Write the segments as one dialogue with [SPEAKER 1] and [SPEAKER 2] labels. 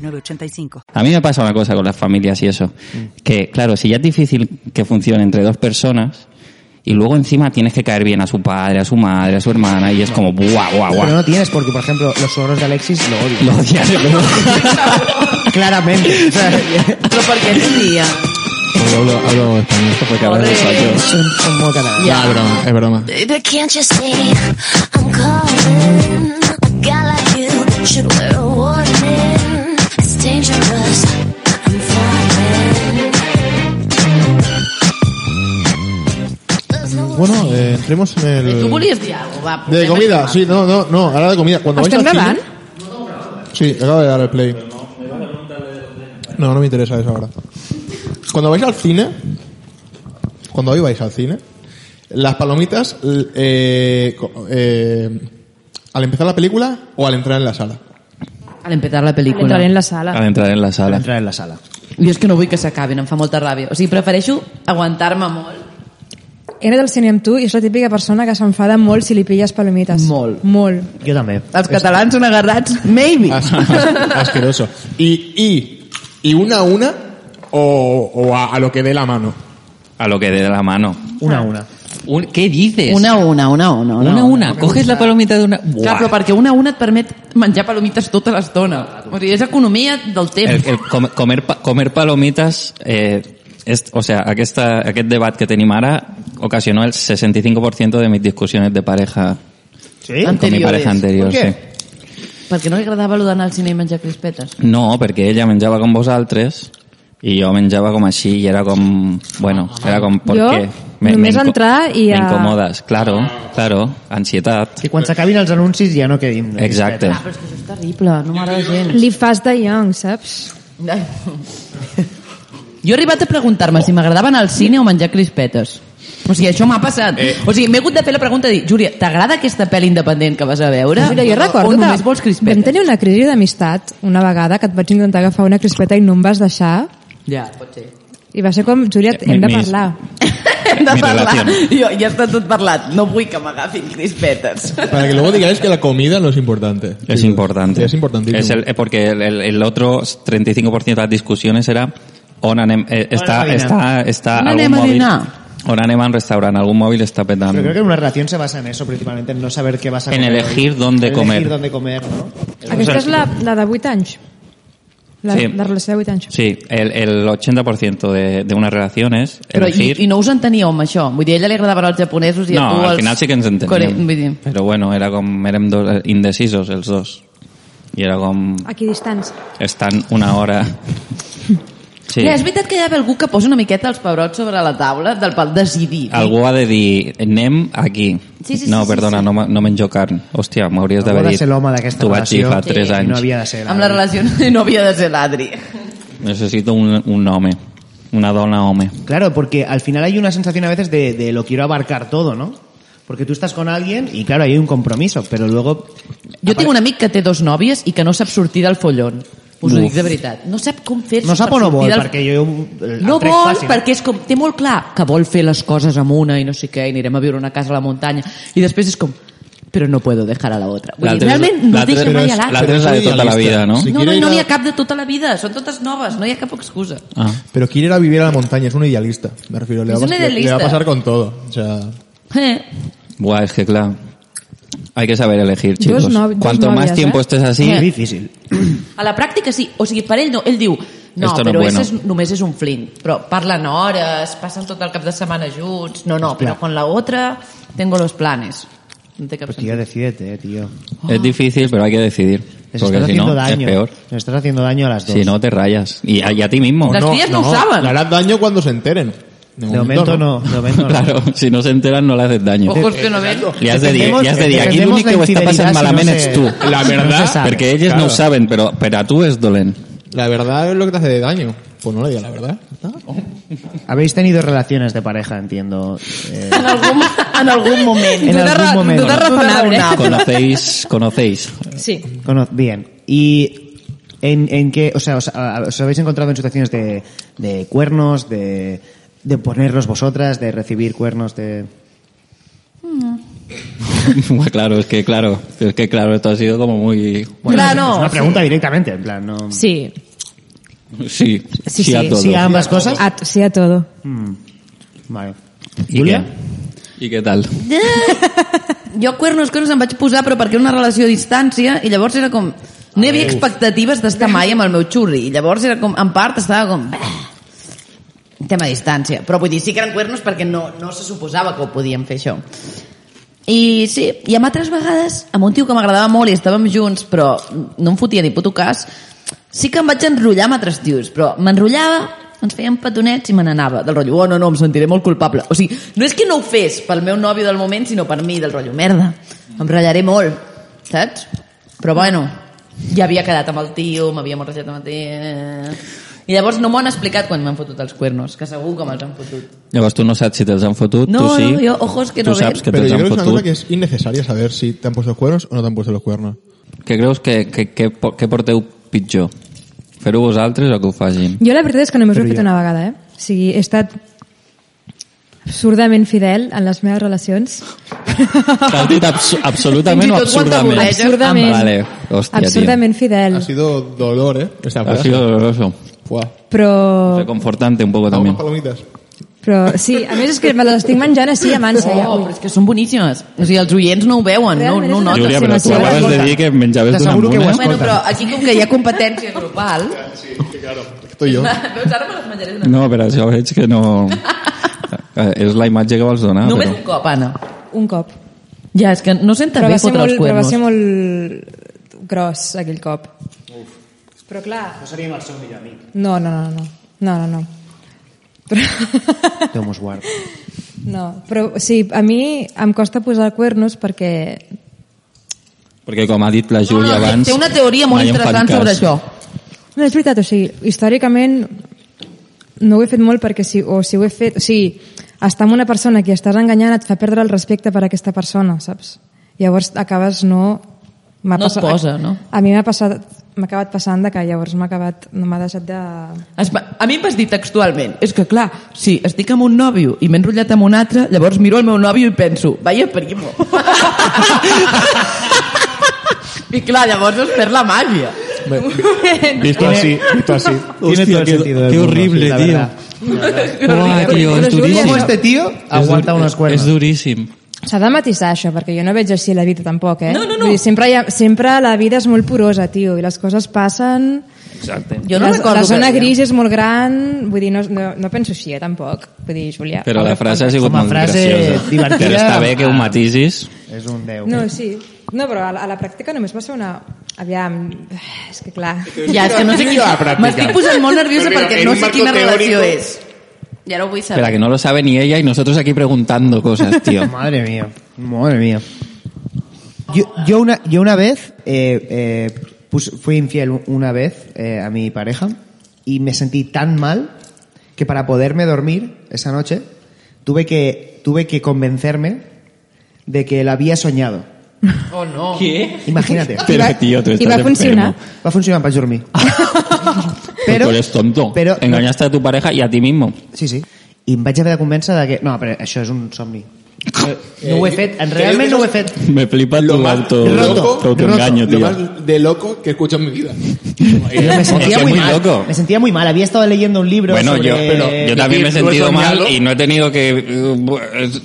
[SPEAKER 1] 985.
[SPEAKER 2] A mí me pasa una cosa con las familias y eso, que claro, si ya es difícil que funcione entre dos personas y luego encima tienes que caer bien a su padre, a su madre, a su hermana y es como guau, guau,
[SPEAKER 3] Pero
[SPEAKER 2] guau.
[SPEAKER 3] no tienes, porque por ejemplo, los suegros de Alexis lo odian.
[SPEAKER 2] Lo odias, luego-
[SPEAKER 3] Claramente. O sea,
[SPEAKER 4] Pero porque es día.
[SPEAKER 5] Porque hablo, hablo español.
[SPEAKER 2] porque habrá
[SPEAKER 4] Corre.
[SPEAKER 2] desayuno.
[SPEAKER 3] son, son muy catalanes.
[SPEAKER 4] Ya.
[SPEAKER 5] Ah, broma, es broma.
[SPEAKER 6] Baby, can't you see I'm calling? A guy like you should wear a warning. It's dangerous. I'm falling. There's no
[SPEAKER 5] Bueno, eh, entremos en
[SPEAKER 4] Tu
[SPEAKER 5] el...
[SPEAKER 4] volies dir alguna cosa, va.
[SPEAKER 5] De comida, sí, no, no, no, ahora de comida. Cuando vais
[SPEAKER 7] Estem
[SPEAKER 5] al cine-
[SPEAKER 7] gravant?
[SPEAKER 5] Sí, acabo de dar el play. No, no me interesa eso ahora. Cuando vais al cine, cuando hoy vais al cine, las palomitas, l- eh, co- eh, al empezar la película o al entrar en la sala.
[SPEAKER 4] Al empezar la pel·lícula.
[SPEAKER 7] Entraré en la sala.
[SPEAKER 2] Al entrar en la sala.
[SPEAKER 8] Entrar en la sala.
[SPEAKER 4] Jo és que no vull que s'acabin, em fa molta ràbia. O sigui, prefereixo aguantar-me molt.
[SPEAKER 7] He anat al cine amb tu i és la típica persona que s'enfada molt si li pilles palomites.
[SPEAKER 4] Molt.
[SPEAKER 7] Molt.
[SPEAKER 8] Jo també.
[SPEAKER 4] Els catalans són agarrats, maybe.
[SPEAKER 5] As- as- asqueroso. Y, y, y una a una o, o a, a lo que dé la mano.
[SPEAKER 2] A lo que dé la mano.
[SPEAKER 8] Una a una.
[SPEAKER 2] Un- ¿Qué dices?
[SPEAKER 4] Una a una, una a una.
[SPEAKER 2] una, una. Coges la palomita de una...
[SPEAKER 4] Clar,
[SPEAKER 2] Buah.
[SPEAKER 4] però perquè una a una et permet menjar palomites tota l'estona. O sigui, és economia del
[SPEAKER 2] El,
[SPEAKER 4] temps.
[SPEAKER 2] el com- comer, pa- comer palomites... Eh, és, o sea, aquesta, aquest debat que tenim ara ocasionó el 65% de mis discusiones de pareja
[SPEAKER 8] Sí?
[SPEAKER 2] con mi
[SPEAKER 4] Anteriores.
[SPEAKER 2] pareja anterior.
[SPEAKER 8] Per què?
[SPEAKER 2] Sí.
[SPEAKER 4] Perquè no li agradava allò d'anar al cine i menjar crispetes.
[SPEAKER 2] No, perquè ella menjava com vosaltres i jo menjava com així i era com... Bueno, era com... Per
[SPEAKER 7] Jo
[SPEAKER 2] què?
[SPEAKER 7] només
[SPEAKER 2] inco-
[SPEAKER 7] entrar i a-
[SPEAKER 2] M'incomodes, claro, claro, ansietat.
[SPEAKER 8] I quan s'acabin els anuncis ja no quedim.
[SPEAKER 2] Exacte.
[SPEAKER 4] Però és que això és terrible, no m'agrada gens.
[SPEAKER 7] Li fas de young, saps?
[SPEAKER 4] Ai. Jo he arribat a preguntar-me si m'agradava anar al cine o menjar crispetes. O sigui, això m'ha passat. Eh. O sigui, m'he hagut de fer la pregunta de dir, Júlia, t'agrada aquesta pel·li independent que vas a veure?
[SPEAKER 7] Mira, jo
[SPEAKER 4] O
[SPEAKER 7] recordo
[SPEAKER 4] només vols
[SPEAKER 7] vam
[SPEAKER 4] crispetes?
[SPEAKER 7] tenir una crisi d'amistat una vegada que et vaig intentar agafar una crispeta i no em vas deixar
[SPEAKER 4] Ja, pot ser.
[SPEAKER 7] i va ser com, Júlia, hem de
[SPEAKER 2] Mi- mi-
[SPEAKER 7] parlar.
[SPEAKER 4] Hem de
[SPEAKER 2] Mi
[SPEAKER 4] parlar.
[SPEAKER 2] relación.
[SPEAKER 4] Jo, ja està tot parlat. No vull que m'agafin crispetes.
[SPEAKER 5] Para que luego digáis que la comida no es importante.
[SPEAKER 2] Es importante.
[SPEAKER 5] Es importantísimo.
[SPEAKER 2] Es el- eh, porque el, el- el otro 35% de las discusiones era on anem, eh,
[SPEAKER 8] a
[SPEAKER 2] està,
[SPEAKER 8] dinar.
[SPEAKER 2] està, està
[SPEAKER 4] On
[SPEAKER 2] algun
[SPEAKER 4] anem a
[SPEAKER 2] mòbil,
[SPEAKER 4] dinar?
[SPEAKER 2] on anem a un restaurant, algun mòbil està petant.
[SPEAKER 8] Pero creo que una relación se basa en eso principalmente, en no saber qué vas a
[SPEAKER 2] En
[SPEAKER 8] comer.
[SPEAKER 2] elegir dónde
[SPEAKER 8] En
[SPEAKER 2] comer.
[SPEAKER 8] Elegir dónde comer, ¿no?
[SPEAKER 7] Aquesta és la, la de 8 anys. La,
[SPEAKER 2] Sí.
[SPEAKER 7] la relació de 8 anys.
[SPEAKER 2] Sí, el, el 80% de, de unas relaciones
[SPEAKER 4] Però i,
[SPEAKER 2] elegir...
[SPEAKER 4] i no us enteníeu amb això? Vull dir, a ella li agradaven els japonesos i a tu
[SPEAKER 2] No,
[SPEAKER 4] els...
[SPEAKER 2] al final sí que ens
[SPEAKER 4] core- Vull dir,
[SPEAKER 2] enteníem. Però bueno, era com... Érem dos, eh, indecisos, els dos. I era com...
[SPEAKER 7] Aquí distants.
[SPEAKER 2] Estan una hora... Sí.
[SPEAKER 4] Sí. Ja, és veritat que hi ha algú que posa una miqueta els pebrots sobre la taula del pal decidir.
[SPEAKER 2] Algú ha de dir, anem aquí.
[SPEAKER 4] Sí, sí, sí,
[SPEAKER 2] no,
[SPEAKER 4] sí,
[SPEAKER 2] perdona,
[SPEAKER 4] sí.
[SPEAKER 2] No, ma- no menjo carn. Hòstia, m'hauries
[SPEAKER 8] Algú ha
[SPEAKER 2] d'haver
[SPEAKER 8] de
[SPEAKER 2] dit...
[SPEAKER 8] ser l'home d'aquesta
[SPEAKER 2] Tu vaig dir
[SPEAKER 8] relació
[SPEAKER 2] fa 3
[SPEAKER 8] i
[SPEAKER 2] anys.
[SPEAKER 8] no havia de ser.
[SPEAKER 4] Amb la relació no havia de ser l'Adri.
[SPEAKER 2] Necessito un, un home. Una dona home.
[SPEAKER 8] Claro, porque al final hay una sensación a veces de, de lo quiero abarcar todo, ¿no? Porque tú estás con alguien y claro, ahí hay un compromiso, pero luego...
[SPEAKER 4] Jo tinc un amic que té dos nòvies i que no sap sortir del follón. Us ho dic de veritat. No sap com fer-se
[SPEAKER 8] No sap
[SPEAKER 4] per
[SPEAKER 8] o no
[SPEAKER 4] sortir
[SPEAKER 8] vol,
[SPEAKER 4] del-
[SPEAKER 8] perquè jo... el-
[SPEAKER 4] No
[SPEAKER 8] el trec
[SPEAKER 4] vol
[SPEAKER 8] fàcil.
[SPEAKER 4] perquè és com, té molt clar que vol fer les coses amb una i no sé què, i anirem a viure a una casa a la muntanya, i després és com, però no puedo dejar a la otra. Vull dir,
[SPEAKER 2] L'altre és-
[SPEAKER 4] realment no
[SPEAKER 2] l'altre
[SPEAKER 4] deixa
[SPEAKER 2] és-
[SPEAKER 4] mai a
[SPEAKER 2] La
[SPEAKER 4] l'altra.
[SPEAKER 2] tres la de tota la vida, ¿no?
[SPEAKER 5] Si
[SPEAKER 4] No, no,
[SPEAKER 5] quiere
[SPEAKER 4] i
[SPEAKER 5] ir
[SPEAKER 4] no
[SPEAKER 5] a-
[SPEAKER 4] n'hi ha cap de tota la vida, són totes noves, no hi ha cap excusa.
[SPEAKER 2] Ah.
[SPEAKER 5] Pero quiere ir a vivir a la montaña, es un idealista. Me refiero, le va,
[SPEAKER 4] Es
[SPEAKER 5] a
[SPEAKER 4] un
[SPEAKER 5] pas- le- le va
[SPEAKER 4] idealista.
[SPEAKER 5] a pasar con todo. O sea,
[SPEAKER 4] Eh.
[SPEAKER 2] Buah, es que claro... Hay que saber elegir, chicos.
[SPEAKER 7] no- dos
[SPEAKER 2] Cuanto más
[SPEAKER 7] novias,
[SPEAKER 2] tiempo
[SPEAKER 7] ¿eh?
[SPEAKER 2] estés así,
[SPEAKER 8] És difícil.
[SPEAKER 4] A la pràctica sí, o sigui, per ell no, ell diu, no,
[SPEAKER 2] Esto no
[SPEAKER 4] però
[SPEAKER 2] es bueno.
[SPEAKER 4] ese és, només és un fling, però parlen hores, passen tot el cap de setmana junts, no, no, però con la otra tengo los planes. No té cap
[SPEAKER 8] Pues tío,
[SPEAKER 4] sentit.
[SPEAKER 8] decídete, eh, tío.
[SPEAKER 2] Es difícil, pero hay que decidir.
[SPEAKER 8] Les
[SPEAKER 2] Porque
[SPEAKER 8] estás
[SPEAKER 2] si
[SPEAKER 8] haciendo
[SPEAKER 2] no,
[SPEAKER 8] daño.
[SPEAKER 2] es peor.
[SPEAKER 8] Les estás haciendo daño a las dos.
[SPEAKER 2] Si no, te rayas. Y a, y a ti mismo.
[SPEAKER 4] Las tías no, usaban.
[SPEAKER 5] le harán daño cuando se enteren. De
[SPEAKER 8] de momento no. De momento no.
[SPEAKER 2] Claro, si no se enteran, no le haces daño.
[SPEAKER 4] Ojos
[SPEAKER 8] Eh,
[SPEAKER 4] que no ven.
[SPEAKER 2] Y has de dir,
[SPEAKER 8] Defendemos-
[SPEAKER 2] i has de dir, aquí
[SPEAKER 8] defendemos
[SPEAKER 2] l'únic que
[SPEAKER 8] la
[SPEAKER 2] ho està passant
[SPEAKER 8] infidelidad
[SPEAKER 2] malament
[SPEAKER 8] si no
[SPEAKER 2] ets
[SPEAKER 8] se-
[SPEAKER 2] tu.
[SPEAKER 8] La verdad,
[SPEAKER 2] Perquè ells no ho
[SPEAKER 5] claro.
[SPEAKER 2] saben, però per a tu és dolent.
[SPEAKER 5] La verdad es lo que te hace daño. Pues no le digas la verdad.
[SPEAKER 8] Habéis tenido relaciones de pareja, entiendo. eh,
[SPEAKER 4] En algun, en algun moment.
[SPEAKER 8] En
[SPEAKER 4] Tot és
[SPEAKER 8] algun
[SPEAKER 4] ra-
[SPEAKER 8] moment.
[SPEAKER 4] Tot és razonable.
[SPEAKER 2] Ah. Conocéis, conocéis.
[SPEAKER 7] Sí.
[SPEAKER 8] cono- bien. ¿Y en, en qué? O sea, os, a- os habéis encontrado en situaciones de, de cuernos, de, de ponerlos vosotras, de recibir cuernos, de...
[SPEAKER 2] Bueno, claro, es que claro, es que claro, esto ha sido como muy...
[SPEAKER 4] Clar, no.
[SPEAKER 8] es una pregunta directamente, en plan, no...
[SPEAKER 7] Sí.
[SPEAKER 2] Sí, sí,
[SPEAKER 7] Sí,
[SPEAKER 2] a
[SPEAKER 7] sí,
[SPEAKER 2] todo.
[SPEAKER 8] Sí, a ambas cosas.
[SPEAKER 7] A, sí a todo.
[SPEAKER 8] Mm. Vale.
[SPEAKER 2] ¿Y
[SPEAKER 8] Julia?
[SPEAKER 2] qué? ¿Y qué tal?
[SPEAKER 4] Jo cuernos, cuernos em vaig posar, però perquè era una relació a distància, i llavors era com... No hi havia expectatives d'estar mai amb el meu xurri, i llavors era com... En part estava com... "Bah, tema a distància. Però vull dir, sí que eren cuernos perquè no, no se suposava que ho podíem fer això. I sí, i amb altres vegades, amb un tio que m'agradava molt i estàvem junts, però no em fotia ni puto cas, sí que em vaig enrotllar amb altres tios, però m'enrotllava, ens feien petonets i me n'anava, del rotllo, oh, no, no, em sentiré molt culpable. O sigui, no és que no ho fes pel meu nòvio del moment, sinó per mi, del rotllo, merda, em ratllaré molt, saps? Però bueno, ja havia quedat amb el tio, m'havia morrejat amb el tio... I llavors no m'ho han explicat quan m'han fotut els cuernos, que segur que me'ls han fotut.
[SPEAKER 2] Llavors tu no saps si te'ls han fotut,
[SPEAKER 4] No,
[SPEAKER 2] tu sí.
[SPEAKER 4] no, jo, ojos que
[SPEAKER 2] tu
[SPEAKER 4] no
[SPEAKER 2] saps
[SPEAKER 4] ven.
[SPEAKER 2] que
[SPEAKER 5] Pero
[SPEAKER 2] te'ls
[SPEAKER 5] yo creo
[SPEAKER 2] han
[SPEAKER 5] que es una cosa
[SPEAKER 2] fotut.
[SPEAKER 5] que es innecesaria saber si te han puesto los cuernos o no te han puesto los cuernos.
[SPEAKER 2] Què creus que, que, que, por- que porteu pitjor? Fer-ho vosaltres o que ho facin?
[SPEAKER 7] Jo la veritat és que només ho he fet una vegada, eh? O sigui, he estat absurdament fidel en les meves relacions.
[SPEAKER 2] T'has dit abs absolutament o
[SPEAKER 4] Fins i tot quan
[SPEAKER 2] absurdament?
[SPEAKER 4] t'avorreixes.
[SPEAKER 7] Absurdament.
[SPEAKER 2] Vale, hòstia,
[SPEAKER 7] Absolutament fidel.
[SPEAKER 5] Ha sido dolor, ¿eh?
[SPEAKER 2] tio.
[SPEAKER 5] Esta
[SPEAKER 2] Ha
[SPEAKER 5] frase.
[SPEAKER 2] sido doloroso.
[SPEAKER 5] Buah.
[SPEAKER 7] Pero,
[SPEAKER 2] Reconfortante un poco
[SPEAKER 5] Vamos,
[SPEAKER 2] también.
[SPEAKER 5] palomitas.
[SPEAKER 7] pero sí, a més és que me les estic menjant així amb ànsia. Ja.
[SPEAKER 4] Oh, però és que són boníssimes. O sigui, els oients no ho veuen, no,
[SPEAKER 7] Realment
[SPEAKER 4] no ho
[SPEAKER 7] és una
[SPEAKER 4] noten.
[SPEAKER 2] Júlia,
[SPEAKER 7] Sí,
[SPEAKER 2] però tu
[SPEAKER 7] sí,
[SPEAKER 2] acabes de
[SPEAKER 7] escolta.
[SPEAKER 2] dir que menjaves d'una
[SPEAKER 8] T'asseguro que ho
[SPEAKER 2] muna.
[SPEAKER 8] escolta.
[SPEAKER 4] Bueno, però aquí com que hi ha competència grupal...
[SPEAKER 5] Estoy yo.
[SPEAKER 4] Veus, ara me les menjaré una
[SPEAKER 2] No, però això veig que no... Eh, És la imatge que vols donar,
[SPEAKER 4] Només
[SPEAKER 2] però...
[SPEAKER 4] un cop, Anna.
[SPEAKER 7] Un cop.
[SPEAKER 4] Ja, és que no senten
[SPEAKER 7] Però
[SPEAKER 4] bé
[SPEAKER 7] va, ser
[SPEAKER 4] fotre
[SPEAKER 7] molt,
[SPEAKER 4] els
[SPEAKER 7] però va ser
[SPEAKER 4] cuernos.
[SPEAKER 7] molt gros aquell cop. Però clar...
[SPEAKER 8] No seríem el seu millor amic.
[SPEAKER 7] No, no, no, no. No, no, no. Però...
[SPEAKER 8] Déu mos guard.
[SPEAKER 7] No, però sí, a mi em costa posar cuernos perquè...
[SPEAKER 2] Perquè com ha dit la Júlia
[SPEAKER 4] no,
[SPEAKER 2] abans...
[SPEAKER 4] té una teoria molt
[SPEAKER 2] mai em fan
[SPEAKER 4] interessant
[SPEAKER 2] cas.
[SPEAKER 4] sobre això.
[SPEAKER 7] No, és veritat, o sigui, històricament no ho he fet molt perquè si, o si ho he fet... O sigui, estar amb una persona que estàs enganyant et fa perdre el respecte per aquesta persona, saps? Llavors acabes no... m'ha
[SPEAKER 4] No et posa, no?
[SPEAKER 7] A mi m'ha passat m'ha acabat passant de que llavors m'ha acabat no m'ha deixat de...
[SPEAKER 4] Es va- A mi em vas dir textualment, és que clar, si estic amb un nòvio i m'he enrotllat amb un altre, llavors miro el meu nòvio i penso, vaya primo. I clar, llavors es perd la màgia.
[SPEAKER 8] Visto así, visto así. Tiene todo el sentido del mundo, la verdad.
[SPEAKER 2] Uah, tio, és
[SPEAKER 8] ¿Cómo
[SPEAKER 2] duríssim.
[SPEAKER 8] este tío aguanta unos cuernos?
[SPEAKER 2] És duríssim.
[SPEAKER 7] S'ha de matisar això, perquè jo no veig així la vida tampoc, eh?
[SPEAKER 4] No, no, no.
[SPEAKER 7] Vull dir, sempre, hi ha, sempre la vida és molt porosa, tio, i les coses passen...
[SPEAKER 4] Jo no
[SPEAKER 7] la,
[SPEAKER 4] recordo
[SPEAKER 7] la
[SPEAKER 4] que-
[SPEAKER 7] zona gris és molt gran, vull dir, no, no, no penso així, eh, tampoc. Vull dir, Julià...
[SPEAKER 2] Però la
[SPEAKER 7] obre
[SPEAKER 2] frase ha
[SPEAKER 7] frontes.
[SPEAKER 2] sigut
[SPEAKER 8] Com a
[SPEAKER 2] molt
[SPEAKER 8] frase
[SPEAKER 2] graciosa.
[SPEAKER 8] divertida.
[SPEAKER 2] Però està bé que ho matisis.
[SPEAKER 8] Es un deu.
[SPEAKER 7] No, sí. No, però a la, a la pràctica només va ser una... Aviam... És que clar...
[SPEAKER 4] Ja, és que no sé
[SPEAKER 9] Mira
[SPEAKER 4] qui...
[SPEAKER 9] la pràctica.
[SPEAKER 4] M'estic posant molt nerviosa
[SPEAKER 9] Pues mira,
[SPEAKER 4] perquè
[SPEAKER 9] en
[SPEAKER 4] no
[SPEAKER 9] un
[SPEAKER 4] sé
[SPEAKER 9] marco
[SPEAKER 4] quina relació
[SPEAKER 9] teórico-
[SPEAKER 4] és. Ja no ho vull
[SPEAKER 2] Espera,
[SPEAKER 4] saber.
[SPEAKER 2] que no lo sabe ni ella y nosotros aquí preguntando cosas, tío.
[SPEAKER 8] Madre mía, madre mía. Yo, yo, una, yo una vez eh, eh, pus- fui infiel u- una vez eh, a mi pareja y me sentí tan mal que para poderme dormir esa noche tuve que, tuve que convencerme de que lo había soñado.
[SPEAKER 4] Oh, no.
[SPEAKER 2] ¿Qué?
[SPEAKER 8] Imagínate.
[SPEAKER 2] Pero, tío, tú
[SPEAKER 7] I
[SPEAKER 2] estás
[SPEAKER 7] va funcionar.
[SPEAKER 2] enfermo.
[SPEAKER 8] Va a funcionar para dormir.
[SPEAKER 2] Pero, tú eres tonto.
[SPEAKER 8] Pero,
[SPEAKER 2] Engañaste a tu pareja y a ti mismo.
[SPEAKER 8] Sí, sí. I em vaig haver de convèncer de que... No, però això és un somni. No, no ho he fet, en realment no ho he fet.
[SPEAKER 2] Me flipa tu auto,
[SPEAKER 5] loco,
[SPEAKER 2] tu autoengaño,
[SPEAKER 5] lo
[SPEAKER 2] tío.
[SPEAKER 5] más de loco que he escuchado en mi vida.
[SPEAKER 2] Eh,
[SPEAKER 8] Pero me
[SPEAKER 2] Es que
[SPEAKER 8] sentía
[SPEAKER 2] es
[SPEAKER 8] muy,
[SPEAKER 2] muy
[SPEAKER 8] mal.
[SPEAKER 2] loco.
[SPEAKER 8] Me sentía muy mal. Había estado leyendo un libro
[SPEAKER 2] Bueno,
[SPEAKER 8] sobre...
[SPEAKER 2] yo, yo también me he
[SPEAKER 9] vivir, no he
[SPEAKER 2] sentido mal
[SPEAKER 9] soñado.
[SPEAKER 2] y no he tenido que... eh, pues,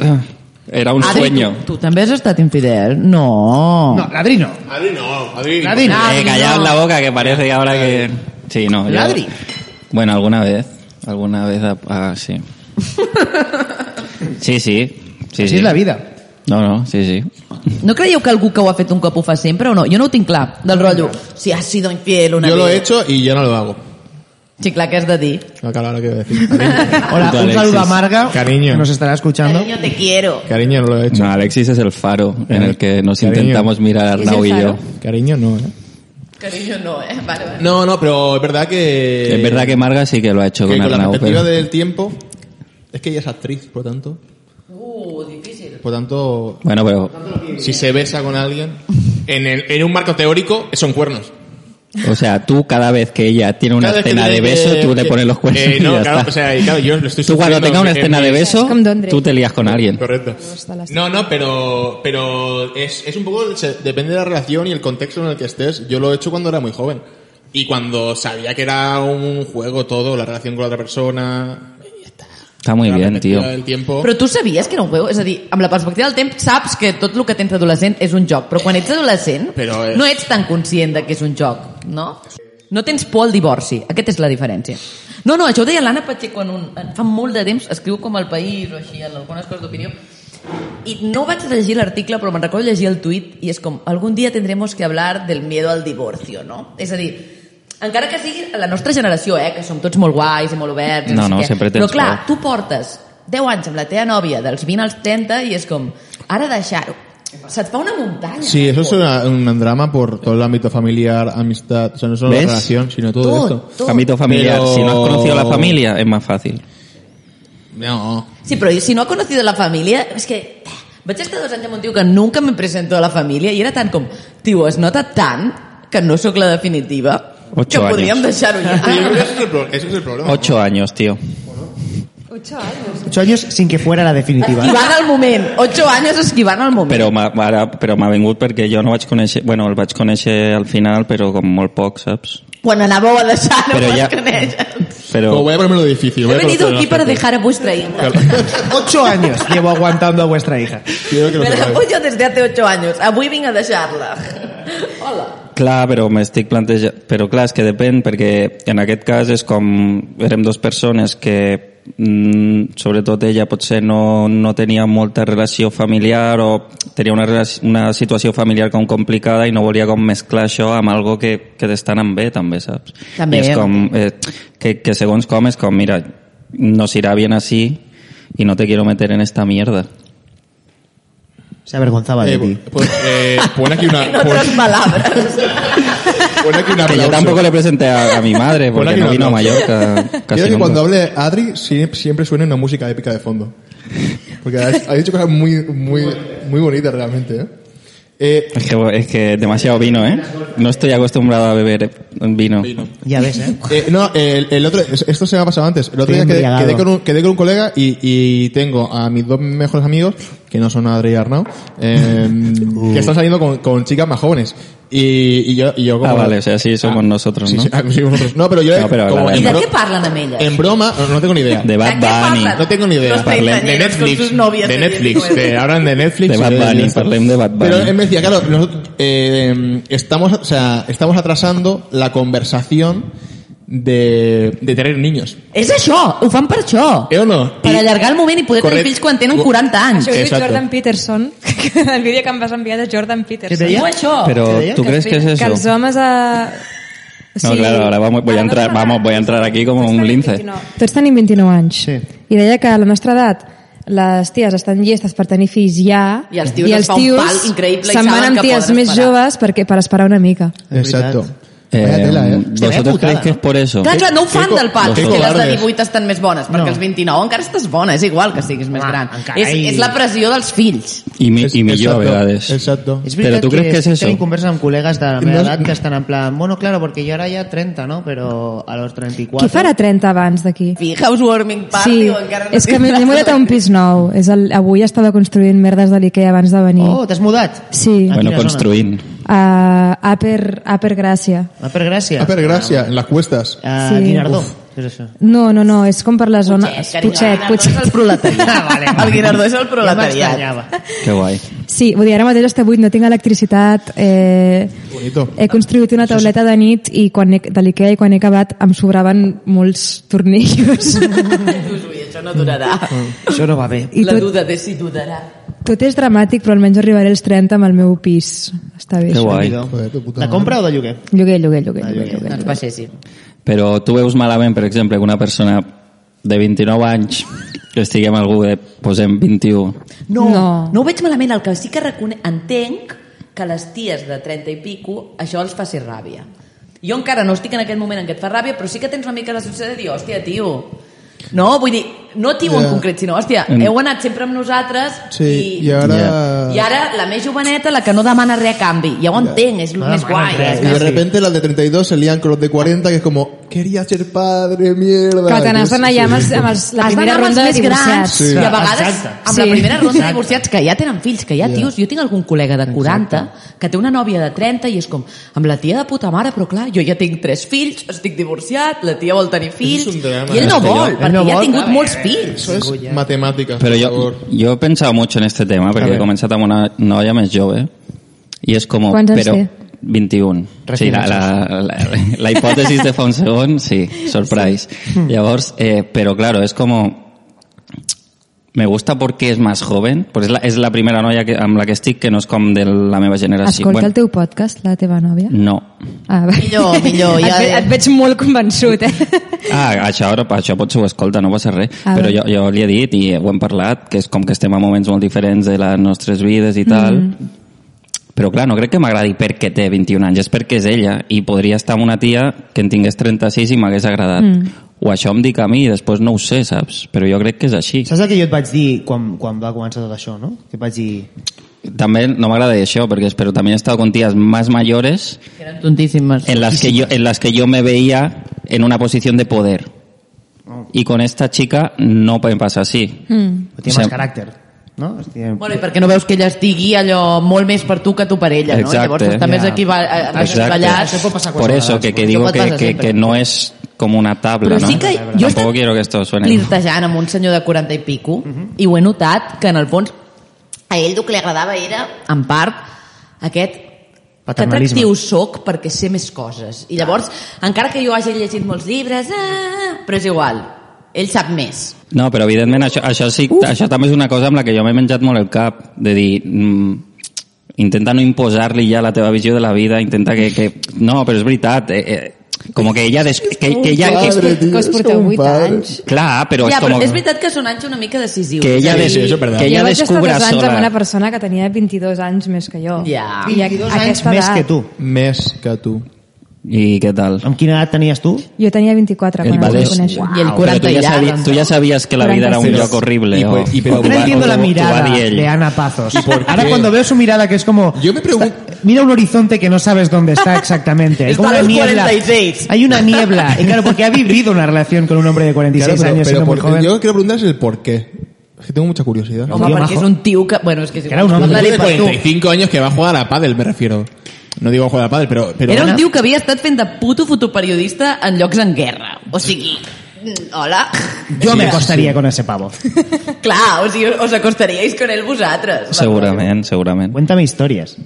[SPEAKER 2] Era
[SPEAKER 8] Ah,
[SPEAKER 2] un
[SPEAKER 4] Adri,
[SPEAKER 2] sueño. Eh,
[SPEAKER 4] Tu, tu també has estat infidel? No.
[SPEAKER 8] No, Ladri no.
[SPEAKER 9] Adri no, Adri.
[SPEAKER 8] Ladri no.
[SPEAKER 2] Eh, callaos la boca que parece ahora que... Sí, no. yo-
[SPEAKER 8] Ladri.
[SPEAKER 2] Bueno, alguna vez. Alguna vez... ha- Ah, sí. Sí, sí. Sí,
[SPEAKER 8] Así
[SPEAKER 2] sí.
[SPEAKER 8] es la vida.
[SPEAKER 2] No, no, sí, sí.
[SPEAKER 4] No creieu que algú que ho ha fet un cop ho fa sempre o no? Jo no ho tinc clar, del rotllo. Si has sido infiel una
[SPEAKER 5] Yo lo he
[SPEAKER 4] vez.
[SPEAKER 5] hecho y ya no lo hago.
[SPEAKER 4] Sí, clar, què has de dir?
[SPEAKER 5] Acá ahora que voy a decir.
[SPEAKER 8] Hola,
[SPEAKER 2] Tú,
[SPEAKER 8] un saludo a
[SPEAKER 2] Alexis.
[SPEAKER 8] Marga.
[SPEAKER 5] Cariño.
[SPEAKER 8] que Nos estará escuchando.
[SPEAKER 4] Cariño, te quiero.
[SPEAKER 5] Cariño, no lo he hecho.
[SPEAKER 2] No, Alexis es el faro en el que nos
[SPEAKER 5] Cariño.
[SPEAKER 2] intentamos mirar
[SPEAKER 7] ¿Es el
[SPEAKER 2] Arnau y yo.
[SPEAKER 7] faro?
[SPEAKER 5] Cariño, no, ¿eh?
[SPEAKER 4] Cariño, no, eh? Vale, vale.
[SPEAKER 5] No, no, pero es verdad que...
[SPEAKER 2] es verdad que Marga sí que lo ha hecho
[SPEAKER 5] que
[SPEAKER 2] con
[SPEAKER 5] con la
[SPEAKER 2] Arnau,
[SPEAKER 5] perspectiva
[SPEAKER 2] pero...
[SPEAKER 5] del tiempo... Es que ella es actriz, por tanto.
[SPEAKER 4] Uh, difícil.
[SPEAKER 5] Por tanto,
[SPEAKER 2] Bueno, pero...
[SPEAKER 5] si se besa con alguien... En, el- en un marco teórico, son cuernos.
[SPEAKER 2] O sea, tú cada vez que ella tiene una
[SPEAKER 5] Cada vez que
[SPEAKER 2] escena de
[SPEAKER 5] tiene que-
[SPEAKER 2] beso, tú le
[SPEAKER 5] que-
[SPEAKER 2] pones los cuernos
[SPEAKER 5] Eh,
[SPEAKER 2] y
[SPEAKER 5] no,
[SPEAKER 2] ya
[SPEAKER 5] claro,
[SPEAKER 2] está.
[SPEAKER 5] o sea, y claro, yo lo estoy
[SPEAKER 2] tú cuando
[SPEAKER 5] sufriendo
[SPEAKER 2] tenga una
[SPEAKER 5] en- en
[SPEAKER 2] escena
[SPEAKER 5] mi-
[SPEAKER 2] de beso,
[SPEAKER 7] Es como Dondre.
[SPEAKER 2] tú te lías con alguien.
[SPEAKER 5] Correcto.
[SPEAKER 7] está la-
[SPEAKER 5] No, no, pero, pero es, es un poco, se- depende de la relación y el contexto en el que estés. Yo lo he hecho cuando era muy joven. Y cuando sabía que era un juego todo, la relación con la otra persona.
[SPEAKER 2] Está muy
[SPEAKER 5] la
[SPEAKER 2] bien, tío.
[SPEAKER 5] perspectiva del tiempo.
[SPEAKER 4] Però tu sabies que era un juego? És a dir, amb la perspectiva del temps saps que tot el que tens adolescent és un joc, però quan ets adolescent
[SPEAKER 5] Però és-
[SPEAKER 4] no ets tan conscient de que és un joc, no? No tens por al divorci, aquesta és la diferència. No, no, això ho deia l'Anna Pacheco en un, en, fa molt de temps, escriu com el País o així, en algunes coses d'opinió, i no vaig llegir l'article, però me'n recordo llegir el tuit, i és com, algun dia tendremos que hablar del miedo al divorcio, no? És a dir, encara que sigui la nostra generació, eh, que som tots molt guais i molt oberts,
[SPEAKER 2] No,
[SPEAKER 4] sé
[SPEAKER 2] no,
[SPEAKER 4] què,
[SPEAKER 2] sempre tens
[SPEAKER 4] però
[SPEAKER 2] por.
[SPEAKER 4] clar, tu portes 10 anys amb la teva nòvia, dels 20 als 30, i és com, ara deixar-ho. Se't fa una muntanya.
[SPEAKER 5] Sí, eso es una- un drama por todo el ámbito familiar, amistad, o sea, no solo
[SPEAKER 2] ¿Ves?
[SPEAKER 5] la relación, sino todo, esto.
[SPEAKER 2] Ámbito familiar.
[SPEAKER 5] Pero-
[SPEAKER 2] Si no has conocido la familia, es más fácil.
[SPEAKER 5] No.
[SPEAKER 4] Sí, però si no ha conocido la família, és que... eh, Vaig estar dos anys amb un tio que nunca me presentó a la família i era tan com, tio, es nota tant que no sóc la definitiva
[SPEAKER 2] Ocho
[SPEAKER 4] que podríem
[SPEAKER 2] años.
[SPEAKER 4] deixar-ho
[SPEAKER 5] Pero yo creo que
[SPEAKER 4] ja.
[SPEAKER 5] ese es el pro- ese es el problema.
[SPEAKER 2] Ocho años, tío.
[SPEAKER 8] Ocho años sin que fuera la definitiva.
[SPEAKER 4] Esquivant el moment. Ocho anys esquivant el moment.
[SPEAKER 2] Però m'ha ara- però m'ha vingut perquè jo no vaig conèixer... Bueno, el vaig conèixer al final, però com molt poc, saps?
[SPEAKER 4] Quan anàveu a deixar, no
[SPEAKER 2] Però
[SPEAKER 4] però
[SPEAKER 2] ja-
[SPEAKER 4] ja... conèixer.
[SPEAKER 5] Como
[SPEAKER 2] Però...
[SPEAKER 5] voy a ponerme lo difícil. voy a
[SPEAKER 4] He venido
[SPEAKER 5] conocer a
[SPEAKER 4] aquí
[SPEAKER 5] la
[SPEAKER 4] para
[SPEAKER 5] gente.
[SPEAKER 4] dejar a vuestra hija.
[SPEAKER 5] Claro.
[SPEAKER 8] Ocho años llevo aguantando a vuestra hija.
[SPEAKER 5] Quiero que lo
[SPEAKER 4] Me la
[SPEAKER 5] sepáis.
[SPEAKER 4] apoyo desde hace ocho años. Avui vinc a deixar-la. Hola.
[SPEAKER 2] Clar, però m'estic plantejant... Però clar, és que depèn, perquè en aquest cas és com... Érem dues persones que, mm, sobretot ella, potser no, no tenia molta relació familiar o tenia una, relac- una situació familiar com complicada i no volia com mesclar això amb algo que, que t'està anant bé, també, saps?
[SPEAKER 4] També.
[SPEAKER 2] I és com... Eh, que, que segons com és com, mira, nos irá bien así y no te quiero meter en esta mierda.
[SPEAKER 8] Se avergonzaba de ti.
[SPEAKER 5] Eh, pues, eh, pon aquí una.
[SPEAKER 4] En otras
[SPEAKER 5] Pon,
[SPEAKER 4] palabras.
[SPEAKER 5] pon aquí una.
[SPEAKER 2] Que yo tampoco le presenté a, a mi madre
[SPEAKER 5] Hola,
[SPEAKER 2] porque
[SPEAKER 5] que
[SPEAKER 2] no
[SPEAKER 5] no
[SPEAKER 2] vino a
[SPEAKER 5] aplauso.
[SPEAKER 2] Mallorca casi
[SPEAKER 5] Quiero que
[SPEAKER 2] nunca.
[SPEAKER 5] cuando hable Adri sie- siempre suene una música épica de fondo. Porque ha ha dicho cosas muy, muy, muy bonitas realmente, ¿eh? Eh,
[SPEAKER 2] Es que, es que demasiado vino, ¿eh? No estoy acostumbrado a beber vino.
[SPEAKER 8] Ya ves, ¿eh?
[SPEAKER 5] eh, no, el, el otro, esto se me ha pasado antes. El
[SPEAKER 8] Estoy
[SPEAKER 5] otro día quedé,
[SPEAKER 8] embriagado.
[SPEAKER 5] quedé con un, quedé con un colega y, y tengo a mis dos mejores amigos, que no son Adri y Arnau, eh,
[SPEAKER 2] Uh.
[SPEAKER 5] que están saliendo con, con chicas más jóvenes. Y, y yo, y yo como...
[SPEAKER 2] Ah, vale, o sea, sí, somos nosotros,
[SPEAKER 5] Sí,
[SPEAKER 2] ¿no?
[SPEAKER 5] sí, ah, sí, vosotros. No, pero yo...
[SPEAKER 2] No, pero
[SPEAKER 5] como
[SPEAKER 2] claro.
[SPEAKER 5] en
[SPEAKER 4] I de
[SPEAKER 5] bro-
[SPEAKER 4] què parlen amb elles?
[SPEAKER 5] En broma, no, no tengo ni idea.
[SPEAKER 2] De
[SPEAKER 4] ¿De qué
[SPEAKER 2] Bad Bunny.
[SPEAKER 4] pasa?
[SPEAKER 5] No tengo ni idea.
[SPEAKER 4] Los
[SPEAKER 5] Parlem de
[SPEAKER 4] treintañeros con
[SPEAKER 5] Netflix.
[SPEAKER 4] sus novias
[SPEAKER 5] De
[SPEAKER 4] de
[SPEAKER 5] Netflix.
[SPEAKER 4] 19.
[SPEAKER 5] De, hablan de Netflix.
[SPEAKER 2] De Bad
[SPEAKER 5] eh,
[SPEAKER 2] Bunny,
[SPEAKER 5] esto.
[SPEAKER 2] parlem de Bad Bunny.
[SPEAKER 5] Pero él me decía, claro, nosotros, eh, estamos, o sea, estamos atrasando la conversación de, de tener niños.
[SPEAKER 4] És això, ho fan per això.
[SPEAKER 5] ¿Eh o no?
[SPEAKER 4] Per
[SPEAKER 5] Y-
[SPEAKER 4] allargar el moment i poder tenir
[SPEAKER 5] Correcte.
[SPEAKER 4] fills quan tenen
[SPEAKER 5] Cu-
[SPEAKER 4] 40 anys.
[SPEAKER 7] Això ho diu
[SPEAKER 5] Exacto.
[SPEAKER 7] Jordan Peterson, que el vídeo que em vas enviar de Jordan Peterson.
[SPEAKER 8] Què deia?
[SPEAKER 4] Diu això.
[SPEAKER 2] Pero, ¿tú
[SPEAKER 7] Que
[SPEAKER 2] crees que es
[SPEAKER 7] els- Que els
[SPEAKER 2] eso?
[SPEAKER 7] homes... eh, A...
[SPEAKER 2] No, claro, ahora vamos- voy a entrar- vamos, voy a entrar aquí como un lince.
[SPEAKER 7] Tots tenim 29 anys.
[SPEAKER 8] Sí.
[SPEAKER 7] I deia que a la nostra edat les ties estan llestes per tenir fills ja
[SPEAKER 4] I els tios es fa un pal increïble i
[SPEAKER 7] se'n van
[SPEAKER 4] saben
[SPEAKER 7] amb
[SPEAKER 4] que
[SPEAKER 7] ties
[SPEAKER 4] poden
[SPEAKER 7] més
[SPEAKER 4] esperar.
[SPEAKER 7] joves perquè per esperar una mica.
[SPEAKER 5] Exacto.
[SPEAKER 2] Eh,
[SPEAKER 5] Vaya tela, ¿eh?
[SPEAKER 2] ¿Vosotros
[SPEAKER 8] putada,
[SPEAKER 2] creéis que es
[SPEAKER 8] ¿no?
[SPEAKER 2] por eso?
[SPEAKER 4] Clar, clar, no ho fan
[SPEAKER 5] Que co-
[SPEAKER 4] del pal,
[SPEAKER 5] que
[SPEAKER 4] que les de
[SPEAKER 5] covardes.
[SPEAKER 4] 18 estan més bones, perquè
[SPEAKER 8] No.
[SPEAKER 4] els 29 encara estàs bona, és igual que siguis més
[SPEAKER 8] Home,
[SPEAKER 4] gran.
[SPEAKER 8] encara
[SPEAKER 4] És,
[SPEAKER 8] hi-
[SPEAKER 4] és la pressió dels fills.
[SPEAKER 2] Y mi,
[SPEAKER 5] Es-
[SPEAKER 2] y mi yo a
[SPEAKER 5] exacto,
[SPEAKER 2] verdades.
[SPEAKER 5] Exacto.
[SPEAKER 8] Es
[SPEAKER 2] Pero
[SPEAKER 8] verdad
[SPEAKER 2] ¿tú crees que es eso?
[SPEAKER 8] Tengo conversas con colegas de la meva
[SPEAKER 5] No es-
[SPEAKER 8] edad que están en plan, bueno, claro, porque yo ahora ya 30, ¿no? Pero a los 34...
[SPEAKER 7] Qui farà 30 abans d'aquí?
[SPEAKER 4] Fi, housewarming party
[SPEAKER 7] sí,
[SPEAKER 4] o encara no
[SPEAKER 7] és que m'he m'he mudat a un pis nou. És el, avui estava construint merdes de l'Ikea abans de venir.
[SPEAKER 8] Oh, t'has mudat?
[SPEAKER 7] Sí,
[SPEAKER 8] Ah.
[SPEAKER 2] Bueno,
[SPEAKER 8] Aquí la
[SPEAKER 2] construir.
[SPEAKER 7] a Upper, Upper Gràcia.
[SPEAKER 8] Ah, per gràcia.
[SPEAKER 5] Ah, pero gracias, en las cuestas.
[SPEAKER 8] Ah,
[SPEAKER 7] Sí.
[SPEAKER 8] Guinardó. Què és això?
[SPEAKER 7] No, no, no, és com per la zona...
[SPEAKER 4] Putxet,
[SPEAKER 7] Putxet.
[SPEAKER 4] El Guinardó és el
[SPEAKER 8] Ah, vale,
[SPEAKER 4] proletariat.
[SPEAKER 8] vale.
[SPEAKER 4] El Guinardó és el
[SPEAKER 8] Ja
[SPEAKER 4] proletariat.
[SPEAKER 8] m'estranyava.
[SPEAKER 2] Qué guay.
[SPEAKER 7] Sí, vull dir, ara mateix està buit, no tinc electricitat, eh,
[SPEAKER 5] Bonito.
[SPEAKER 7] he construït una tauleta de nit i quan he, de l'Ikea i quan he acabat em sobraven molts tornillos.
[SPEAKER 4] Dius, ui, això no durarà.
[SPEAKER 7] Mm.
[SPEAKER 8] Això no va bé.
[SPEAKER 7] I
[SPEAKER 4] La
[SPEAKER 7] tot,
[SPEAKER 4] duda de si durarà.
[SPEAKER 7] tot és dramàtic, però almenys arribaré als 30 amb el meu pis. Està bé,
[SPEAKER 2] Qué
[SPEAKER 7] això.
[SPEAKER 2] guai.
[SPEAKER 8] Déu.
[SPEAKER 5] Joder, tu puta
[SPEAKER 8] De
[SPEAKER 5] mare.
[SPEAKER 8] compra o de lloguer?
[SPEAKER 7] Lloguer, lloguer, lloguer.
[SPEAKER 8] Ah,
[SPEAKER 7] lloguer,
[SPEAKER 8] lloguer.
[SPEAKER 7] lloguer,
[SPEAKER 4] Doncs
[SPEAKER 7] lloguer.
[SPEAKER 4] baixéssim.
[SPEAKER 2] Però tu veus malament, per exemple, que una persona de 29 anys que estigui amb algú de, posem, 21.
[SPEAKER 4] No,
[SPEAKER 7] No.
[SPEAKER 4] no ho veig malament. El que sí que reconec, entenc que les ties de 30 i pico això els faci ràbia. Jo encara no estic en aquest moment en què et fa ràbia, però sí que tens una mica la sensació de dir, hòstia, tio, no, vull dir, no tio
[SPEAKER 5] Ja.
[SPEAKER 4] en concret, sinó, hòstia, heu anat sempre amb nosaltres
[SPEAKER 5] Sí,
[SPEAKER 4] i,
[SPEAKER 5] i ara...
[SPEAKER 4] i ara la més joveneta, la que no demana res a canvi. Ja ho entenc, és el
[SPEAKER 8] No
[SPEAKER 4] més
[SPEAKER 8] demana
[SPEAKER 4] guai.
[SPEAKER 8] res,
[SPEAKER 4] és
[SPEAKER 5] Y de
[SPEAKER 4] que-
[SPEAKER 5] repente las de 32 se lían con los de 40, que es como, quería ser padre, mierda.
[SPEAKER 7] Que te
[SPEAKER 5] Que
[SPEAKER 7] n'has
[SPEAKER 5] es-
[SPEAKER 7] d'anar ja amb, els, amb els, la
[SPEAKER 4] Has
[SPEAKER 7] primera
[SPEAKER 4] d'anar amb els
[SPEAKER 7] ronda de
[SPEAKER 4] més grans
[SPEAKER 7] divorciats.
[SPEAKER 5] Sí.
[SPEAKER 4] i a vegades amb la
[SPEAKER 7] Sí.
[SPEAKER 4] primera ronda de divorciats que ja tenen fills, que ja tios, jo tinc algun col·lega de 40 que té una nòvia de 30 i és com amb la tia de puta mare, però clar, jo ja tinc tres fills, estic divorciat, la tia vol tenir fills
[SPEAKER 5] un drama.
[SPEAKER 4] i ell no
[SPEAKER 2] Este, jo-
[SPEAKER 4] vol,
[SPEAKER 8] ell
[SPEAKER 4] perquè
[SPEAKER 8] no
[SPEAKER 4] ja ha
[SPEAKER 8] vol,
[SPEAKER 4] tingut
[SPEAKER 8] clar,
[SPEAKER 4] molts fills.
[SPEAKER 5] Eso es matemática.
[SPEAKER 2] Pero
[SPEAKER 5] por
[SPEAKER 2] yo,
[SPEAKER 5] favor.
[SPEAKER 2] yo he pensado mucho en este tema,
[SPEAKER 8] A
[SPEAKER 2] porque
[SPEAKER 8] ver.
[SPEAKER 2] he comenzado con una novia más joven y es como,
[SPEAKER 7] ¿Cuántos
[SPEAKER 2] pero
[SPEAKER 7] hace?
[SPEAKER 2] 21. Sí, la, la, la, la hipótesis de Fonseón, sí, surprise.
[SPEAKER 7] Hmm.
[SPEAKER 2] Llavors, eh, pero claro, es como, me gusta porque es más joven, porque es la, es la primera novia que, amb la que estic que no és com de la meva generació.
[SPEAKER 7] Escolta el teu podcast, la teva nòvia.
[SPEAKER 2] No.
[SPEAKER 7] Ah, va.
[SPEAKER 4] Millor, millor, ja-
[SPEAKER 7] et, ve, et veig molt convençut, eh?
[SPEAKER 2] Ah, això, ara, això potser ho escolta, no passa res.
[SPEAKER 7] Ah,
[SPEAKER 2] però
[SPEAKER 7] bé.
[SPEAKER 2] jo, jo li he dit i ho hem parlat, que és com que estem a moments molt diferents de les nostres vides i tal. Però clar, no crec que m'agradi perquè té 21 anys, és perquè és ella. I podria estar amb una tia que en tingués 36 i m'hagués agradat. O això em dic a mi i després no ho sé, saps? Però jo crec que és així.
[SPEAKER 8] Saps el que jo et vaig dir quan, quan va començar tot això, no? Que et vaig dir...
[SPEAKER 2] També no m'agrada això, perquè però també he estat con tías más mayores
[SPEAKER 4] Eren tontíssimes.
[SPEAKER 2] en las que yo en las que yo me veía en una posición de poder. Y con esta chica no me pasa así.
[SPEAKER 8] Tiene
[SPEAKER 2] O sea,
[SPEAKER 8] más caràcter, no? Hòstia,
[SPEAKER 4] Bueno, i perquè no veus que ella estigui allò molt més per tu que tu per ella, no?
[SPEAKER 2] Exacte.
[SPEAKER 4] Llavors doncs, també és
[SPEAKER 8] Ja.
[SPEAKER 4] aquí va, a, a,
[SPEAKER 8] Això pot pasar
[SPEAKER 2] Por eso,
[SPEAKER 8] cualquier
[SPEAKER 2] que,
[SPEAKER 8] cosa.
[SPEAKER 2] que
[SPEAKER 4] Eso
[SPEAKER 2] digo
[SPEAKER 4] puede
[SPEAKER 2] que,
[SPEAKER 4] pasar
[SPEAKER 2] que,
[SPEAKER 4] siempre.
[SPEAKER 2] que no es como una tabla,
[SPEAKER 4] Però
[SPEAKER 2] ¿no?
[SPEAKER 4] sí que jo he
[SPEAKER 2] Tampoco
[SPEAKER 4] estat
[SPEAKER 2] quiero que esto suene.
[SPEAKER 4] flirtejant amb un senyor de 40 i pico i ho he notat que en el fons a ell el que li agradava era, en part, aquest que
[SPEAKER 8] Paternalisme.
[SPEAKER 4] atractiu soc perquè sé més coses. I llavors, encara que jo hagi llegit molts llibres, ah, però és igual, ell sap més.
[SPEAKER 2] No, però evidentment això, això, sí, això també és una cosa amb la que jo m'he menjat molt el cap, de dir... Mm, intenta no imposar-li ja la teva visió de la vida, intenta que... que no, però és veritat, eh, eh, com que ella... Des, que, que ella que,
[SPEAKER 5] Padre, tío,
[SPEAKER 7] que os
[SPEAKER 5] es
[SPEAKER 7] porteu
[SPEAKER 5] un
[SPEAKER 7] vuit
[SPEAKER 5] padre.
[SPEAKER 7] anys.
[SPEAKER 2] clar, però
[SPEAKER 4] ja,
[SPEAKER 2] és com...
[SPEAKER 4] però és veritat que són anys una mica decisius.
[SPEAKER 2] que ella,
[SPEAKER 5] Sí,
[SPEAKER 2] des,
[SPEAKER 5] sí, eso es verdad.
[SPEAKER 2] que ella
[SPEAKER 7] jo vaig estar
[SPEAKER 2] descubra
[SPEAKER 7] dos anys amb una
[SPEAKER 2] sola...
[SPEAKER 7] persona que tenia 22 anys més que jo.
[SPEAKER 4] Ja.
[SPEAKER 7] I a,
[SPEAKER 8] 22
[SPEAKER 7] a
[SPEAKER 8] anys
[SPEAKER 7] aquesta
[SPEAKER 8] més
[SPEAKER 7] edat.
[SPEAKER 8] que tu.
[SPEAKER 5] Mes que tú.
[SPEAKER 2] I què tal?
[SPEAKER 8] Amb quina edat tenies tu?
[SPEAKER 7] Jo tenia 24
[SPEAKER 2] El
[SPEAKER 7] quan ens
[SPEAKER 2] Vallès-
[SPEAKER 7] vam conèixer.
[SPEAKER 4] I el
[SPEAKER 2] Però
[SPEAKER 4] 40
[SPEAKER 2] tu,
[SPEAKER 4] i
[SPEAKER 2] ja
[SPEAKER 4] llarg.
[SPEAKER 2] sabies, tu ja sabies que la vida era un
[SPEAKER 7] 46.
[SPEAKER 2] lloc horrible.
[SPEAKER 5] Y
[SPEAKER 2] o-
[SPEAKER 5] pues- y pero
[SPEAKER 2] o-
[SPEAKER 8] No
[SPEAKER 5] va-
[SPEAKER 8] entiendo
[SPEAKER 2] o-
[SPEAKER 8] la
[SPEAKER 2] o- o
[SPEAKER 8] mirada
[SPEAKER 2] va dir ell.
[SPEAKER 8] de Ana Pazos.
[SPEAKER 5] por qué?
[SPEAKER 8] Ahora cuando veo su mirada que es como...
[SPEAKER 5] Yo me pregunto-
[SPEAKER 8] está- mira un horizonte que no sabes dónde está exactamente. Hay
[SPEAKER 4] Está
[SPEAKER 8] como
[SPEAKER 4] a
[SPEAKER 8] una
[SPEAKER 4] los
[SPEAKER 8] niebla.
[SPEAKER 4] 46.
[SPEAKER 8] Hay una niebla. Y claro, porque ha vivido una relación con un hombre de 46
[SPEAKER 5] Claro, pero,
[SPEAKER 8] años
[SPEAKER 5] pero
[SPEAKER 8] siendo muy
[SPEAKER 5] por-
[SPEAKER 8] joven.
[SPEAKER 5] yo quiero preguntarles el por qué. Es que tengo mucha curiosidad.
[SPEAKER 4] Home,
[SPEAKER 8] Un tio
[SPEAKER 4] perquè és
[SPEAKER 8] majo.
[SPEAKER 4] un tio que... Bueno, és que... és
[SPEAKER 8] Que era un
[SPEAKER 4] igual.
[SPEAKER 8] home.
[SPEAKER 5] Un
[SPEAKER 4] Dale,
[SPEAKER 5] tío de
[SPEAKER 4] pues, tu.
[SPEAKER 5] 45 años que va a jugar a pádel, me refiero. No digo a jugar a pádel, pero... pero
[SPEAKER 4] Era un tio que havia estat fent de puto fotoperiodista en llocs en guerra. O sigui, mm, hola.
[SPEAKER 8] Yo me acostaría con ese pavo.
[SPEAKER 4] Clar, o sigui, us acostaríeis con ell vosaltres.
[SPEAKER 2] Segurament, segurament.
[SPEAKER 8] Cuéntame historias.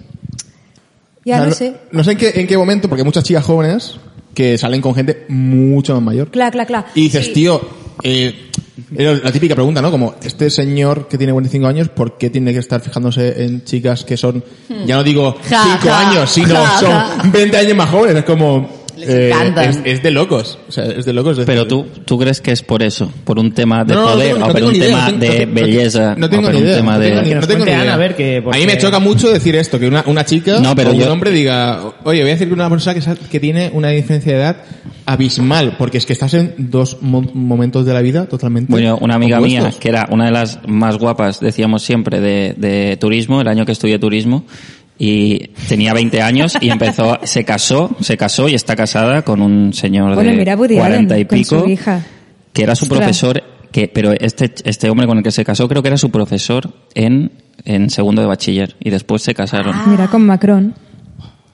[SPEAKER 5] O sea,
[SPEAKER 7] Ja no sé.
[SPEAKER 5] No sé en qué, en qué momento, porque hay muchas chicas jóvenes que salen con gente mucho más mayor.
[SPEAKER 7] Clar, clar, clar.
[SPEAKER 5] Y dices, tío, eh, era la típica pregunta, ¿no? Como, este señor que tiene 45 años, ¿por qué tiene que estar fijándose en chicas que son, ya no digo
[SPEAKER 4] Hmm. Ja,
[SPEAKER 5] 5
[SPEAKER 4] ja,
[SPEAKER 5] años, sino
[SPEAKER 4] ja,
[SPEAKER 5] son
[SPEAKER 4] ja.
[SPEAKER 5] 20 años más jóvenes? Es como... eh,
[SPEAKER 4] Les encantan.
[SPEAKER 5] es, es de locos. O sea, es de locos. Es
[SPEAKER 2] Pero
[SPEAKER 5] decir,
[SPEAKER 2] tú, ¿tú crees que es por eso? ¿Por un tema de
[SPEAKER 5] pues, eh, No, no, no
[SPEAKER 2] poder
[SPEAKER 5] tengo-
[SPEAKER 2] o
[SPEAKER 5] no
[SPEAKER 2] por
[SPEAKER 5] tengo
[SPEAKER 2] un
[SPEAKER 5] ni idea,
[SPEAKER 2] tema
[SPEAKER 5] no
[SPEAKER 2] de
[SPEAKER 5] tengo- no-
[SPEAKER 2] belleza
[SPEAKER 5] no
[SPEAKER 2] o
[SPEAKER 5] tengo
[SPEAKER 2] por
[SPEAKER 5] ni
[SPEAKER 2] un
[SPEAKER 5] idea,
[SPEAKER 2] tema
[SPEAKER 5] no tengo
[SPEAKER 8] Que
[SPEAKER 5] ni-
[SPEAKER 2] de...
[SPEAKER 8] nos
[SPEAKER 5] no tengo ni
[SPEAKER 8] cuente
[SPEAKER 5] idea.
[SPEAKER 8] Ana, a ver, que
[SPEAKER 5] a
[SPEAKER 8] porque-
[SPEAKER 5] mí me choca mucho decir esto, que una, una chica
[SPEAKER 2] No, pero
[SPEAKER 5] o un
[SPEAKER 2] yo-
[SPEAKER 5] hombre diga, oye, voy a decir que una persona que, sa- que tiene una diferencia de edad abismal, porque es que estás en dos mo- momentos de la vida totalmente
[SPEAKER 2] Bueno, una amiga mía,
[SPEAKER 5] opuestos.
[SPEAKER 2] que era una de las más guapas, decíamos siempre, de, de turismo, el año que estudié turismo, y tenía 20 años y empezó, a- se casó, se casó y está casada con un señor
[SPEAKER 7] Bueno,
[SPEAKER 2] de
[SPEAKER 7] mira Woody
[SPEAKER 2] 40 y
[SPEAKER 7] Allen con
[SPEAKER 2] pico,
[SPEAKER 7] su hija.
[SPEAKER 2] que era su
[SPEAKER 7] Ostras.
[SPEAKER 2] profesor, que, pero este, este hombre con el que se casó creo que era su profesor en, en segundo de bachiller, y después se casaron.
[SPEAKER 7] Mira, com Macron.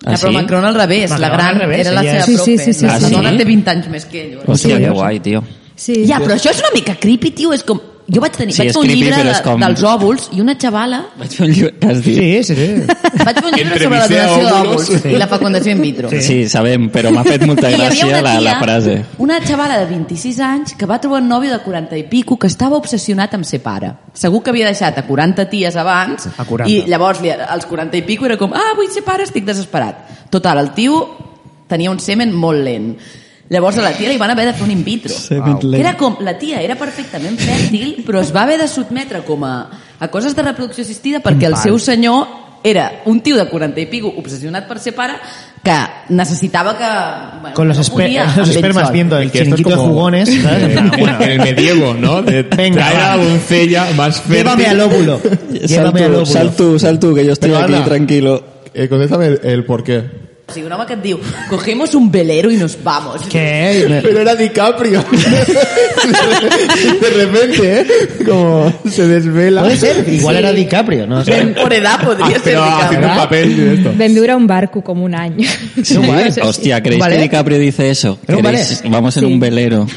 [SPEAKER 4] Ah,
[SPEAKER 2] ¿Así?
[SPEAKER 4] però Macron al revés,
[SPEAKER 8] Macron
[SPEAKER 4] la gran
[SPEAKER 8] al revés,
[SPEAKER 4] era la
[SPEAKER 8] ella
[SPEAKER 4] seva
[SPEAKER 7] és- Sí,
[SPEAKER 4] profe.
[SPEAKER 7] sí, sí, sí,
[SPEAKER 4] la
[SPEAKER 2] sí.
[SPEAKER 4] dona
[SPEAKER 2] Ah, sí?
[SPEAKER 4] té 20 anys més que ell.
[SPEAKER 2] Hostia, qué guay, tío.
[SPEAKER 7] Sí.
[SPEAKER 4] Ja, però això és una mica creepy, tio, és com... Jo vaig tenir,
[SPEAKER 2] Sí,
[SPEAKER 4] vaig
[SPEAKER 2] és
[SPEAKER 4] fer un
[SPEAKER 2] creepy,
[SPEAKER 4] llibre
[SPEAKER 2] però
[SPEAKER 4] de,
[SPEAKER 2] és com-
[SPEAKER 4] dels òvuls i una xavala
[SPEAKER 2] Vaig fer un llibre que has dit.
[SPEAKER 8] Sí, sí, sí.
[SPEAKER 4] vaig fer un llibre sobre la
[SPEAKER 5] Entrevisté a
[SPEAKER 4] donació
[SPEAKER 5] òvuls.
[SPEAKER 4] d'òvuls i la fecundació in vitro.
[SPEAKER 2] Sí, sabem, però m'ha fet molta
[SPEAKER 4] I hi havia
[SPEAKER 2] gràcia
[SPEAKER 4] una
[SPEAKER 2] la,
[SPEAKER 4] tia,
[SPEAKER 2] la frase.
[SPEAKER 4] una xavala de 26 anys que va trobar un nòvio de 40 i pico que estava obsessionat amb ser pare. Segur que havia deixat a 40 ties abans
[SPEAKER 8] A 40.
[SPEAKER 4] i llavors li, als 40 i pico era com ah, vull ser pare, estic desesperat. Total, el tio tenia un semen molt lent. Llavors a la tia li van haver de fer un in vitro. Que Era com, la tia era perfectament fèrtil, però es va haver de sotmetre com a, a coses de reproducció assistida perquè el seu senyor era un tio de 40 i pico obsessionat per ser pare que necessitava que... Bueno,
[SPEAKER 8] Con los,
[SPEAKER 4] no
[SPEAKER 8] esper-
[SPEAKER 4] podia
[SPEAKER 8] los
[SPEAKER 4] amb ell
[SPEAKER 8] espermas
[SPEAKER 4] sol.
[SPEAKER 8] viendo el
[SPEAKER 5] Que esto es
[SPEAKER 8] chiringuito de
[SPEAKER 5] como-
[SPEAKER 8] jugones. ¿sabes?
[SPEAKER 5] Eh,
[SPEAKER 8] En plan, bueno,
[SPEAKER 5] en el medievo, ¿no? De
[SPEAKER 8] Venga,
[SPEAKER 5] traer a la
[SPEAKER 8] va.
[SPEAKER 5] doncella más fértil.
[SPEAKER 8] Llévame al óvulo. Llévame al
[SPEAKER 2] Salto,
[SPEAKER 8] óvulo.
[SPEAKER 2] salto, salto, que yo estoy
[SPEAKER 5] Pero,
[SPEAKER 2] aquí
[SPEAKER 5] Ana,
[SPEAKER 2] tranquilo.
[SPEAKER 5] Eh, contéstame el, el por qué.
[SPEAKER 4] O sigui, un home que et diu, cogemos un velero i nos vamos.
[SPEAKER 8] ¿Qué?
[SPEAKER 5] Pero era DiCaprio. de repente, ¿eh? Como se desvela.
[SPEAKER 8] Puede ser. Igual era DiCaprio, ¿no?
[SPEAKER 4] Ben, Por
[SPEAKER 5] Ah,
[SPEAKER 4] edad podria ser
[SPEAKER 5] pero haciendo
[SPEAKER 4] DiCaprio.
[SPEAKER 5] un papel de esto.
[SPEAKER 7] Vam viure a un barco com un any.
[SPEAKER 8] Sí, guay.
[SPEAKER 2] Hostia, ¿creéis
[SPEAKER 8] Vale.
[SPEAKER 2] que DiCaprio dice eso?
[SPEAKER 8] Era un
[SPEAKER 2] ¿Queréis- Vamos en un velero.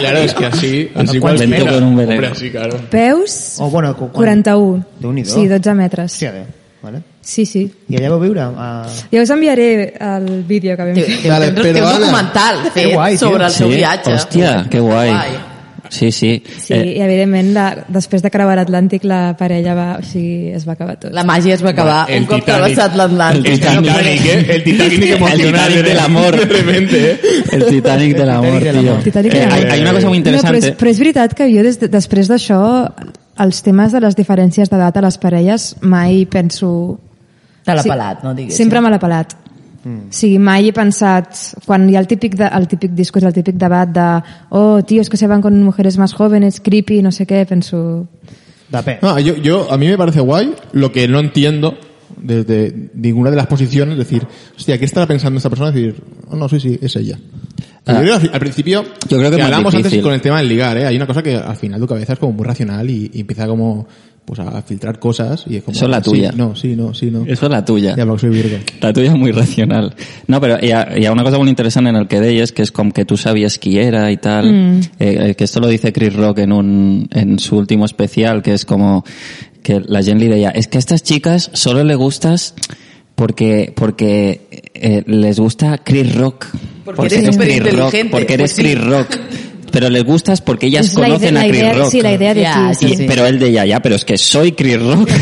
[SPEAKER 5] Claro, es que así, así
[SPEAKER 2] ¿cuál
[SPEAKER 5] cual
[SPEAKER 2] espera?
[SPEAKER 5] espera.
[SPEAKER 2] con un velero.
[SPEAKER 5] Hombre, así, claro.
[SPEAKER 7] Peus,
[SPEAKER 8] O Oh, bueno, cu- quan-
[SPEAKER 7] 41.
[SPEAKER 8] Déu-n'hi-do.
[SPEAKER 7] Sí, 12 metres.
[SPEAKER 8] Hòstia, bé, vale.
[SPEAKER 7] Sí, sí.
[SPEAKER 8] I allà vau viure? A...
[SPEAKER 7] Ja us enviaré el vídeo que vam
[SPEAKER 4] Té,
[SPEAKER 7] fer.
[SPEAKER 4] té,
[SPEAKER 5] Vale,
[SPEAKER 4] té,
[SPEAKER 5] però
[SPEAKER 4] un
[SPEAKER 5] Anna-
[SPEAKER 4] documental
[SPEAKER 8] Que
[SPEAKER 4] fet
[SPEAKER 8] guai, tio.
[SPEAKER 4] sobre el seu viatge.
[SPEAKER 2] Hostia, qué guay. Sí, sí.
[SPEAKER 7] Sí,
[SPEAKER 2] Eh,
[SPEAKER 7] i evidentment, la, després de creuar l'Atlàntic, la parella va, o sigui, es va acabar tot.
[SPEAKER 4] La màgia es va acabar
[SPEAKER 5] El
[SPEAKER 4] un cop
[SPEAKER 5] Titanic.
[SPEAKER 4] travessat
[SPEAKER 5] El
[SPEAKER 4] l'Atlàntic.
[SPEAKER 5] Titanic, ¿eh? El Titanic emocional.
[SPEAKER 2] Titanic
[SPEAKER 5] de-
[SPEAKER 2] del amor.
[SPEAKER 5] De repente, ¿eh?
[SPEAKER 2] El Titanic del amor,
[SPEAKER 8] del
[SPEAKER 2] tío.
[SPEAKER 8] amor.
[SPEAKER 7] Titanic del
[SPEAKER 2] Eh, hay,
[SPEAKER 7] amor.
[SPEAKER 2] hay una cosa muy
[SPEAKER 7] No,
[SPEAKER 2] interesante.
[SPEAKER 7] però, és, però és veritat que jo, des, de- després d'això, els temes de les diferències d'edat a les parelles mai penso...
[SPEAKER 4] Te l'ha
[SPEAKER 7] Sí.
[SPEAKER 4] pelat, no diguéssim.
[SPEAKER 7] Sempre me l'ha pelat. Mm. O sigui, mai he pensat... Quan hi ha el típic, de, el típic discurs, el típic debat de oh, tíos que se van con mujeres más jóvenes, creepy, no sé què, penso...
[SPEAKER 8] De pe.
[SPEAKER 5] No, yo, yo, a mí me parece guay lo que no entiendo desde ninguna de las posiciones, es decir, hostia, ¿qué estará pensando esta persona? Es decir, oh, no, sí, sí, es ella.
[SPEAKER 2] Ah.
[SPEAKER 5] Yo creo que al- al principio,
[SPEAKER 2] Yo creo que es más
[SPEAKER 5] hablamos antes
[SPEAKER 2] difícil.
[SPEAKER 5] con el tema del ligar, ¿eh? hay una cosa que al final tu cabeza es como muy racional y, y empieza como pues a filtrar cosas y es como...
[SPEAKER 2] Eso es la
[SPEAKER 5] sí,
[SPEAKER 2] tuya.
[SPEAKER 5] no, sí, no, sí, no.
[SPEAKER 2] Eso es la tuya.
[SPEAKER 5] Ya, porque soy virgo.
[SPEAKER 2] La tuya es muy racional. No, pero hi ha, hi ha una cosa molt interessant en el que deies, que és com que tu sabies qui era y tal.
[SPEAKER 7] Mm.
[SPEAKER 2] Eh, eh, que esto lo dice Chris Rock en, un, en su último especial, que es como que la gente le decía, es que a estas chicas solo le gustas porque, porque eh, les gusta Chris Rock.
[SPEAKER 4] Porque eres
[SPEAKER 2] Rock,
[SPEAKER 4] superinteligente.
[SPEAKER 2] porque
[SPEAKER 4] Pues
[SPEAKER 2] eres
[SPEAKER 4] sí.
[SPEAKER 2] Chris Rock. Pero les gustas porque ellas
[SPEAKER 7] És la
[SPEAKER 2] conocen
[SPEAKER 7] idea-
[SPEAKER 2] a
[SPEAKER 7] la
[SPEAKER 2] Chris
[SPEAKER 7] idea-
[SPEAKER 2] Rock.
[SPEAKER 7] Sí, la idea de
[SPEAKER 4] Ja,
[SPEAKER 7] ti.
[SPEAKER 4] sí,
[SPEAKER 2] Y-
[SPEAKER 7] sí.
[SPEAKER 2] Pero él de ella, ya, pero es que soy Chris Rock.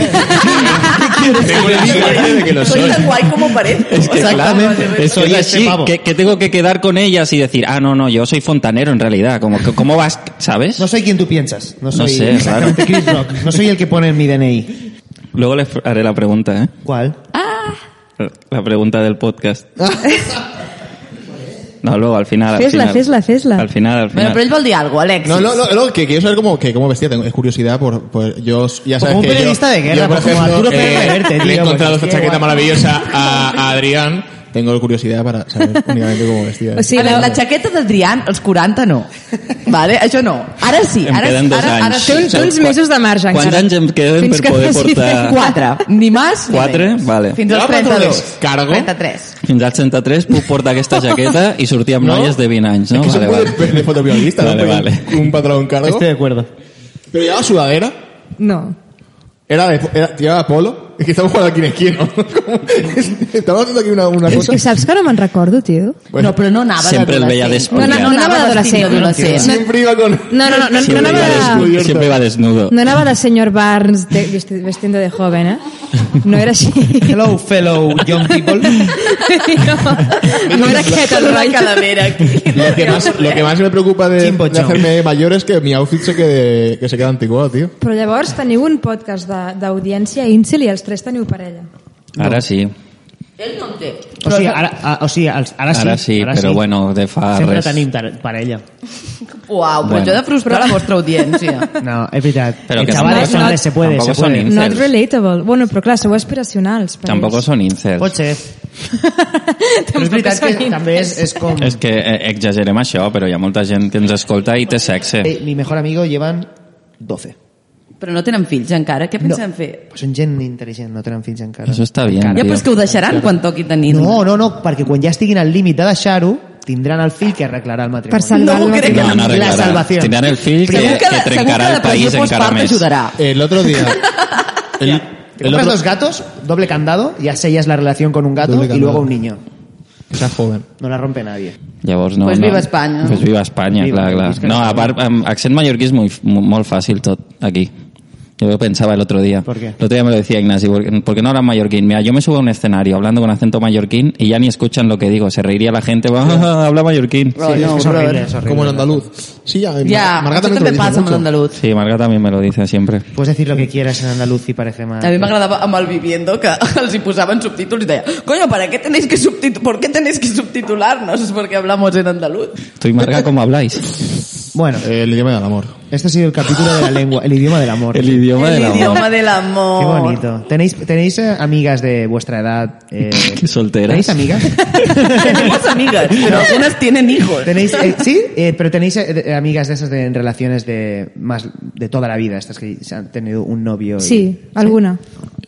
[SPEAKER 5] Tengo el aire de que lo
[SPEAKER 4] Soy
[SPEAKER 5] soy.
[SPEAKER 4] tan guay como parezco.
[SPEAKER 2] Es que
[SPEAKER 8] Exactamente.
[SPEAKER 2] claro, es, que
[SPEAKER 8] Soy
[SPEAKER 2] es
[SPEAKER 8] este
[SPEAKER 2] así,
[SPEAKER 8] pavo.
[SPEAKER 2] que, que tengo que quedar con ellas y decir, ah, no, no, yo soy fontanero en realidad, como que, ¿cómo vas, sabes?
[SPEAKER 8] No soy quien tú piensas. No, soy
[SPEAKER 2] sé,
[SPEAKER 8] exactamente
[SPEAKER 2] raro.
[SPEAKER 8] Chris Rock. No soy el que pone en mi DNI.
[SPEAKER 2] Luego les haré la pregunta, ¿eh?
[SPEAKER 8] ¿Cuál?
[SPEAKER 2] La pregunta del podcast. No, luego, al final, al
[SPEAKER 7] Fesla,
[SPEAKER 2] final.
[SPEAKER 7] fesla, fesla.
[SPEAKER 2] Al final, al
[SPEAKER 4] Bueno,
[SPEAKER 2] final.
[SPEAKER 4] pero él vol dir alguna cosa, Alexis.
[SPEAKER 5] No, no, no, no, que quiero saber cómo, que, cómo vestía, tengo, es curiosidad por, por yo, ya sabes
[SPEAKER 8] Como un
[SPEAKER 5] que yo-
[SPEAKER 8] periodista de guerra,
[SPEAKER 5] yo, por
[SPEAKER 8] pues, como
[SPEAKER 5] ejemplo, eh,
[SPEAKER 8] Arturo Pérez Reverte,
[SPEAKER 5] le
[SPEAKER 8] tío,
[SPEAKER 5] he
[SPEAKER 8] pues,
[SPEAKER 5] encontrado esta
[SPEAKER 8] qué
[SPEAKER 5] chaqueta
[SPEAKER 8] guay.
[SPEAKER 5] maravillosa a, a Adrián, tengo curiosidad para saber únicamente cómo vestía.
[SPEAKER 7] O sigui,
[SPEAKER 4] a veure,
[SPEAKER 7] la,
[SPEAKER 4] la jaqueta d'Adrián, als 40 no. Vale? Això no. Ara sí.
[SPEAKER 2] Em
[SPEAKER 4] Ara,
[SPEAKER 2] queden dos
[SPEAKER 4] ara,
[SPEAKER 2] anys.
[SPEAKER 4] Ara
[SPEAKER 7] Té
[SPEAKER 4] sí.
[SPEAKER 7] uns, té uns mesos de marge
[SPEAKER 2] Quants
[SPEAKER 7] encara.
[SPEAKER 2] anys em queden
[SPEAKER 7] Fins
[SPEAKER 2] per
[SPEAKER 7] que
[SPEAKER 2] poder
[SPEAKER 7] faci
[SPEAKER 2] portar-
[SPEAKER 4] 4. Ni més ni
[SPEAKER 2] Quatre?
[SPEAKER 4] menys.
[SPEAKER 2] Vale.
[SPEAKER 4] Fins als
[SPEAKER 5] Ara porto
[SPEAKER 4] 32.
[SPEAKER 5] un descargo.
[SPEAKER 4] 33.
[SPEAKER 2] Fins al 33 puc portar aquesta jaqueta i sortir amb
[SPEAKER 5] No?
[SPEAKER 2] noies de 20 anys, no?
[SPEAKER 5] Que se
[SPEAKER 2] Vale,
[SPEAKER 5] puede
[SPEAKER 2] vale.
[SPEAKER 5] ver de fotoperiodista,
[SPEAKER 2] Vale,
[SPEAKER 5] ¿no?
[SPEAKER 2] vale.
[SPEAKER 5] Un, un pantalón cargo.
[SPEAKER 8] Estoy de acuerdo.
[SPEAKER 5] Pero llevaba sudadera,
[SPEAKER 7] No.
[SPEAKER 5] era de, era, llevaba polo. Es que estamos jugando aquí en esquina, ¿no? Como- estamos haciendo aquí una, una
[SPEAKER 7] És
[SPEAKER 5] cosa.
[SPEAKER 7] que saps que no me'n recordo, tio?
[SPEAKER 5] Bueno,
[SPEAKER 4] no, però no anava
[SPEAKER 2] Sempre el veia
[SPEAKER 4] d'adolescent.
[SPEAKER 2] despullat.
[SPEAKER 4] No, no, no anava d'adolescent. d'adolescent.
[SPEAKER 5] siempre iba con...
[SPEAKER 7] No, no, no, no, no,
[SPEAKER 2] Siempre,
[SPEAKER 7] anava,
[SPEAKER 2] va
[SPEAKER 7] de,
[SPEAKER 2] desnudo, siempre va desnudo.
[SPEAKER 7] no anava de senyor Barnes de, vesti- vestiendo de joven, eh? No era així.
[SPEAKER 8] Hello, fellow young people.
[SPEAKER 7] No, no era aquest el
[SPEAKER 4] Una
[SPEAKER 7] rotllo.
[SPEAKER 4] calavera aquí.
[SPEAKER 5] Lo que, más, lo que más me preocupa de,
[SPEAKER 8] Chimbo
[SPEAKER 5] de
[SPEAKER 8] chong.
[SPEAKER 5] hacerme mayor es que mi outfit se quede, que se queda antiguo, tío.
[SPEAKER 7] Però llavors teniu un podcast de- d'audiència Incel i els tres teniu parella.
[SPEAKER 2] Ahora sí.
[SPEAKER 4] Ell no en té.
[SPEAKER 8] O sigui, ara, a- o sigui, els- ara sí.
[SPEAKER 2] Ara sí, però bueno, de fa
[SPEAKER 8] Sempre
[SPEAKER 2] res.
[SPEAKER 8] tenim tar- parella.
[SPEAKER 4] Uau, però
[SPEAKER 2] Bueno.
[SPEAKER 4] això de frustrar la vostra audiència.
[SPEAKER 8] No, es verdad.
[SPEAKER 2] Pero
[SPEAKER 8] Eh,
[SPEAKER 2] que
[SPEAKER 8] chavales,
[SPEAKER 2] tampoco-
[SPEAKER 8] hombres, se puede,
[SPEAKER 2] tampoco
[SPEAKER 8] se
[SPEAKER 2] son
[SPEAKER 8] puede.
[SPEAKER 2] incels.
[SPEAKER 7] Not relatable. Bueno, però clar, sou aspiracionals. Per
[SPEAKER 2] Tampoco son incels.
[SPEAKER 8] Pot ser. Però és veritat que també és, és com...
[SPEAKER 2] És que eh, exagerem això, però hi ha molta gent que ens escolta i té sexe.
[SPEAKER 8] Eh, Mi mejor amigo llevan 12.
[SPEAKER 4] Però no tenen fills encara. Què pensen fer?
[SPEAKER 8] Són gent intel·ligent, no tenen fills encara.
[SPEAKER 2] Això està bé.
[SPEAKER 4] Ja, però és que ho deixaran quan toqui tenir...
[SPEAKER 8] No, no, no, perquè quan ja estiguin al límit de deixar-ho, tindran el fill que arreglarà el matrimoni.
[SPEAKER 7] Per salvar
[SPEAKER 4] No
[SPEAKER 7] no
[SPEAKER 4] ho crec.
[SPEAKER 7] crec.
[SPEAKER 2] no, no
[SPEAKER 8] La
[SPEAKER 2] arreglarà.
[SPEAKER 8] salvació.
[SPEAKER 2] Tindran el fill que,
[SPEAKER 4] Segur que,
[SPEAKER 2] que
[SPEAKER 4] segur que
[SPEAKER 2] trencarà
[SPEAKER 4] la
[SPEAKER 2] el país
[SPEAKER 4] pressió
[SPEAKER 2] encara
[SPEAKER 4] postpart
[SPEAKER 2] més.
[SPEAKER 4] ajudarà.
[SPEAKER 5] El otro día... El,
[SPEAKER 8] Te
[SPEAKER 5] el
[SPEAKER 8] compras
[SPEAKER 5] otro...
[SPEAKER 8] dos gatos, doble candado, ya sellas la relación con un gato
[SPEAKER 5] Doble
[SPEAKER 8] y luego
[SPEAKER 5] candado.
[SPEAKER 8] un niño.
[SPEAKER 5] Que sea joven.
[SPEAKER 8] No la rompe nadie.
[SPEAKER 2] Llavors, no,
[SPEAKER 4] Pues
[SPEAKER 2] no.
[SPEAKER 4] viva Espanya.
[SPEAKER 2] Pues viva Espanya,
[SPEAKER 8] Viva,
[SPEAKER 2] clar,
[SPEAKER 8] visca
[SPEAKER 2] clar. No, a
[SPEAKER 8] Espanya.
[SPEAKER 2] part, amb accent mallorquí és molt, molt fàcil tot, aquí. Yo lo pensaba el otro día.
[SPEAKER 8] ¿Por qué?
[SPEAKER 2] El otro día me lo decía Ignacio, porque, porque no hablan mallorquín. Mira, yo me subo a un escenario hablando con acento mallorquín y ya ni escuchan lo que digo. Se reiría la gente, va, "Ah, habla mallorquín.
[SPEAKER 8] Ay, no,
[SPEAKER 3] es
[SPEAKER 8] pero a
[SPEAKER 3] horrible,
[SPEAKER 8] ver.
[SPEAKER 3] es horrible.
[SPEAKER 5] Como el andaluz. Sí, ya.
[SPEAKER 4] Ya,
[SPEAKER 5] Marga
[SPEAKER 4] això
[SPEAKER 5] también
[SPEAKER 4] també
[SPEAKER 5] te lo
[SPEAKER 4] passa
[SPEAKER 5] dice
[SPEAKER 4] amb
[SPEAKER 5] mucho.
[SPEAKER 4] l'andaluz.
[SPEAKER 2] Sí, Marga también me lo dice siempre.
[SPEAKER 8] Puedes decir lo que quieras en andaluz y parece
[SPEAKER 2] Ah,
[SPEAKER 8] mal.
[SPEAKER 4] A mi m'agradava amb el Viviendo que els hi posaven subtítols i deia «Coño, ¿para qué tenéis que, subtitu ¿por qué tenéis que subtitularnos? Es porque hablamos en andaluz».
[SPEAKER 2] Tú y Marga, ¿cómo habláis?
[SPEAKER 8] Bueno,
[SPEAKER 5] Eh, El idioma del amor.
[SPEAKER 8] este ha sido el capítulo de la lengua, el idioma del amor.
[SPEAKER 2] El idioma del
[SPEAKER 4] El
[SPEAKER 2] amor.
[SPEAKER 4] idioma del amor.
[SPEAKER 8] Qué bonito. ¿Tenéis, tenéis eh, amigas de vuestra edad? Eh,
[SPEAKER 2] Qué solteras.
[SPEAKER 8] ¿Tenéis amigas?
[SPEAKER 4] Tenemos amigas, pero algunas tienen hijos.
[SPEAKER 8] ¿Tenéis, eh, sí, eh, pero tenéis eh, de- amigas de esas de, en relaciones de más de toda la vida, estas que se han tenido un novio. y-
[SPEAKER 7] Sí, alguna.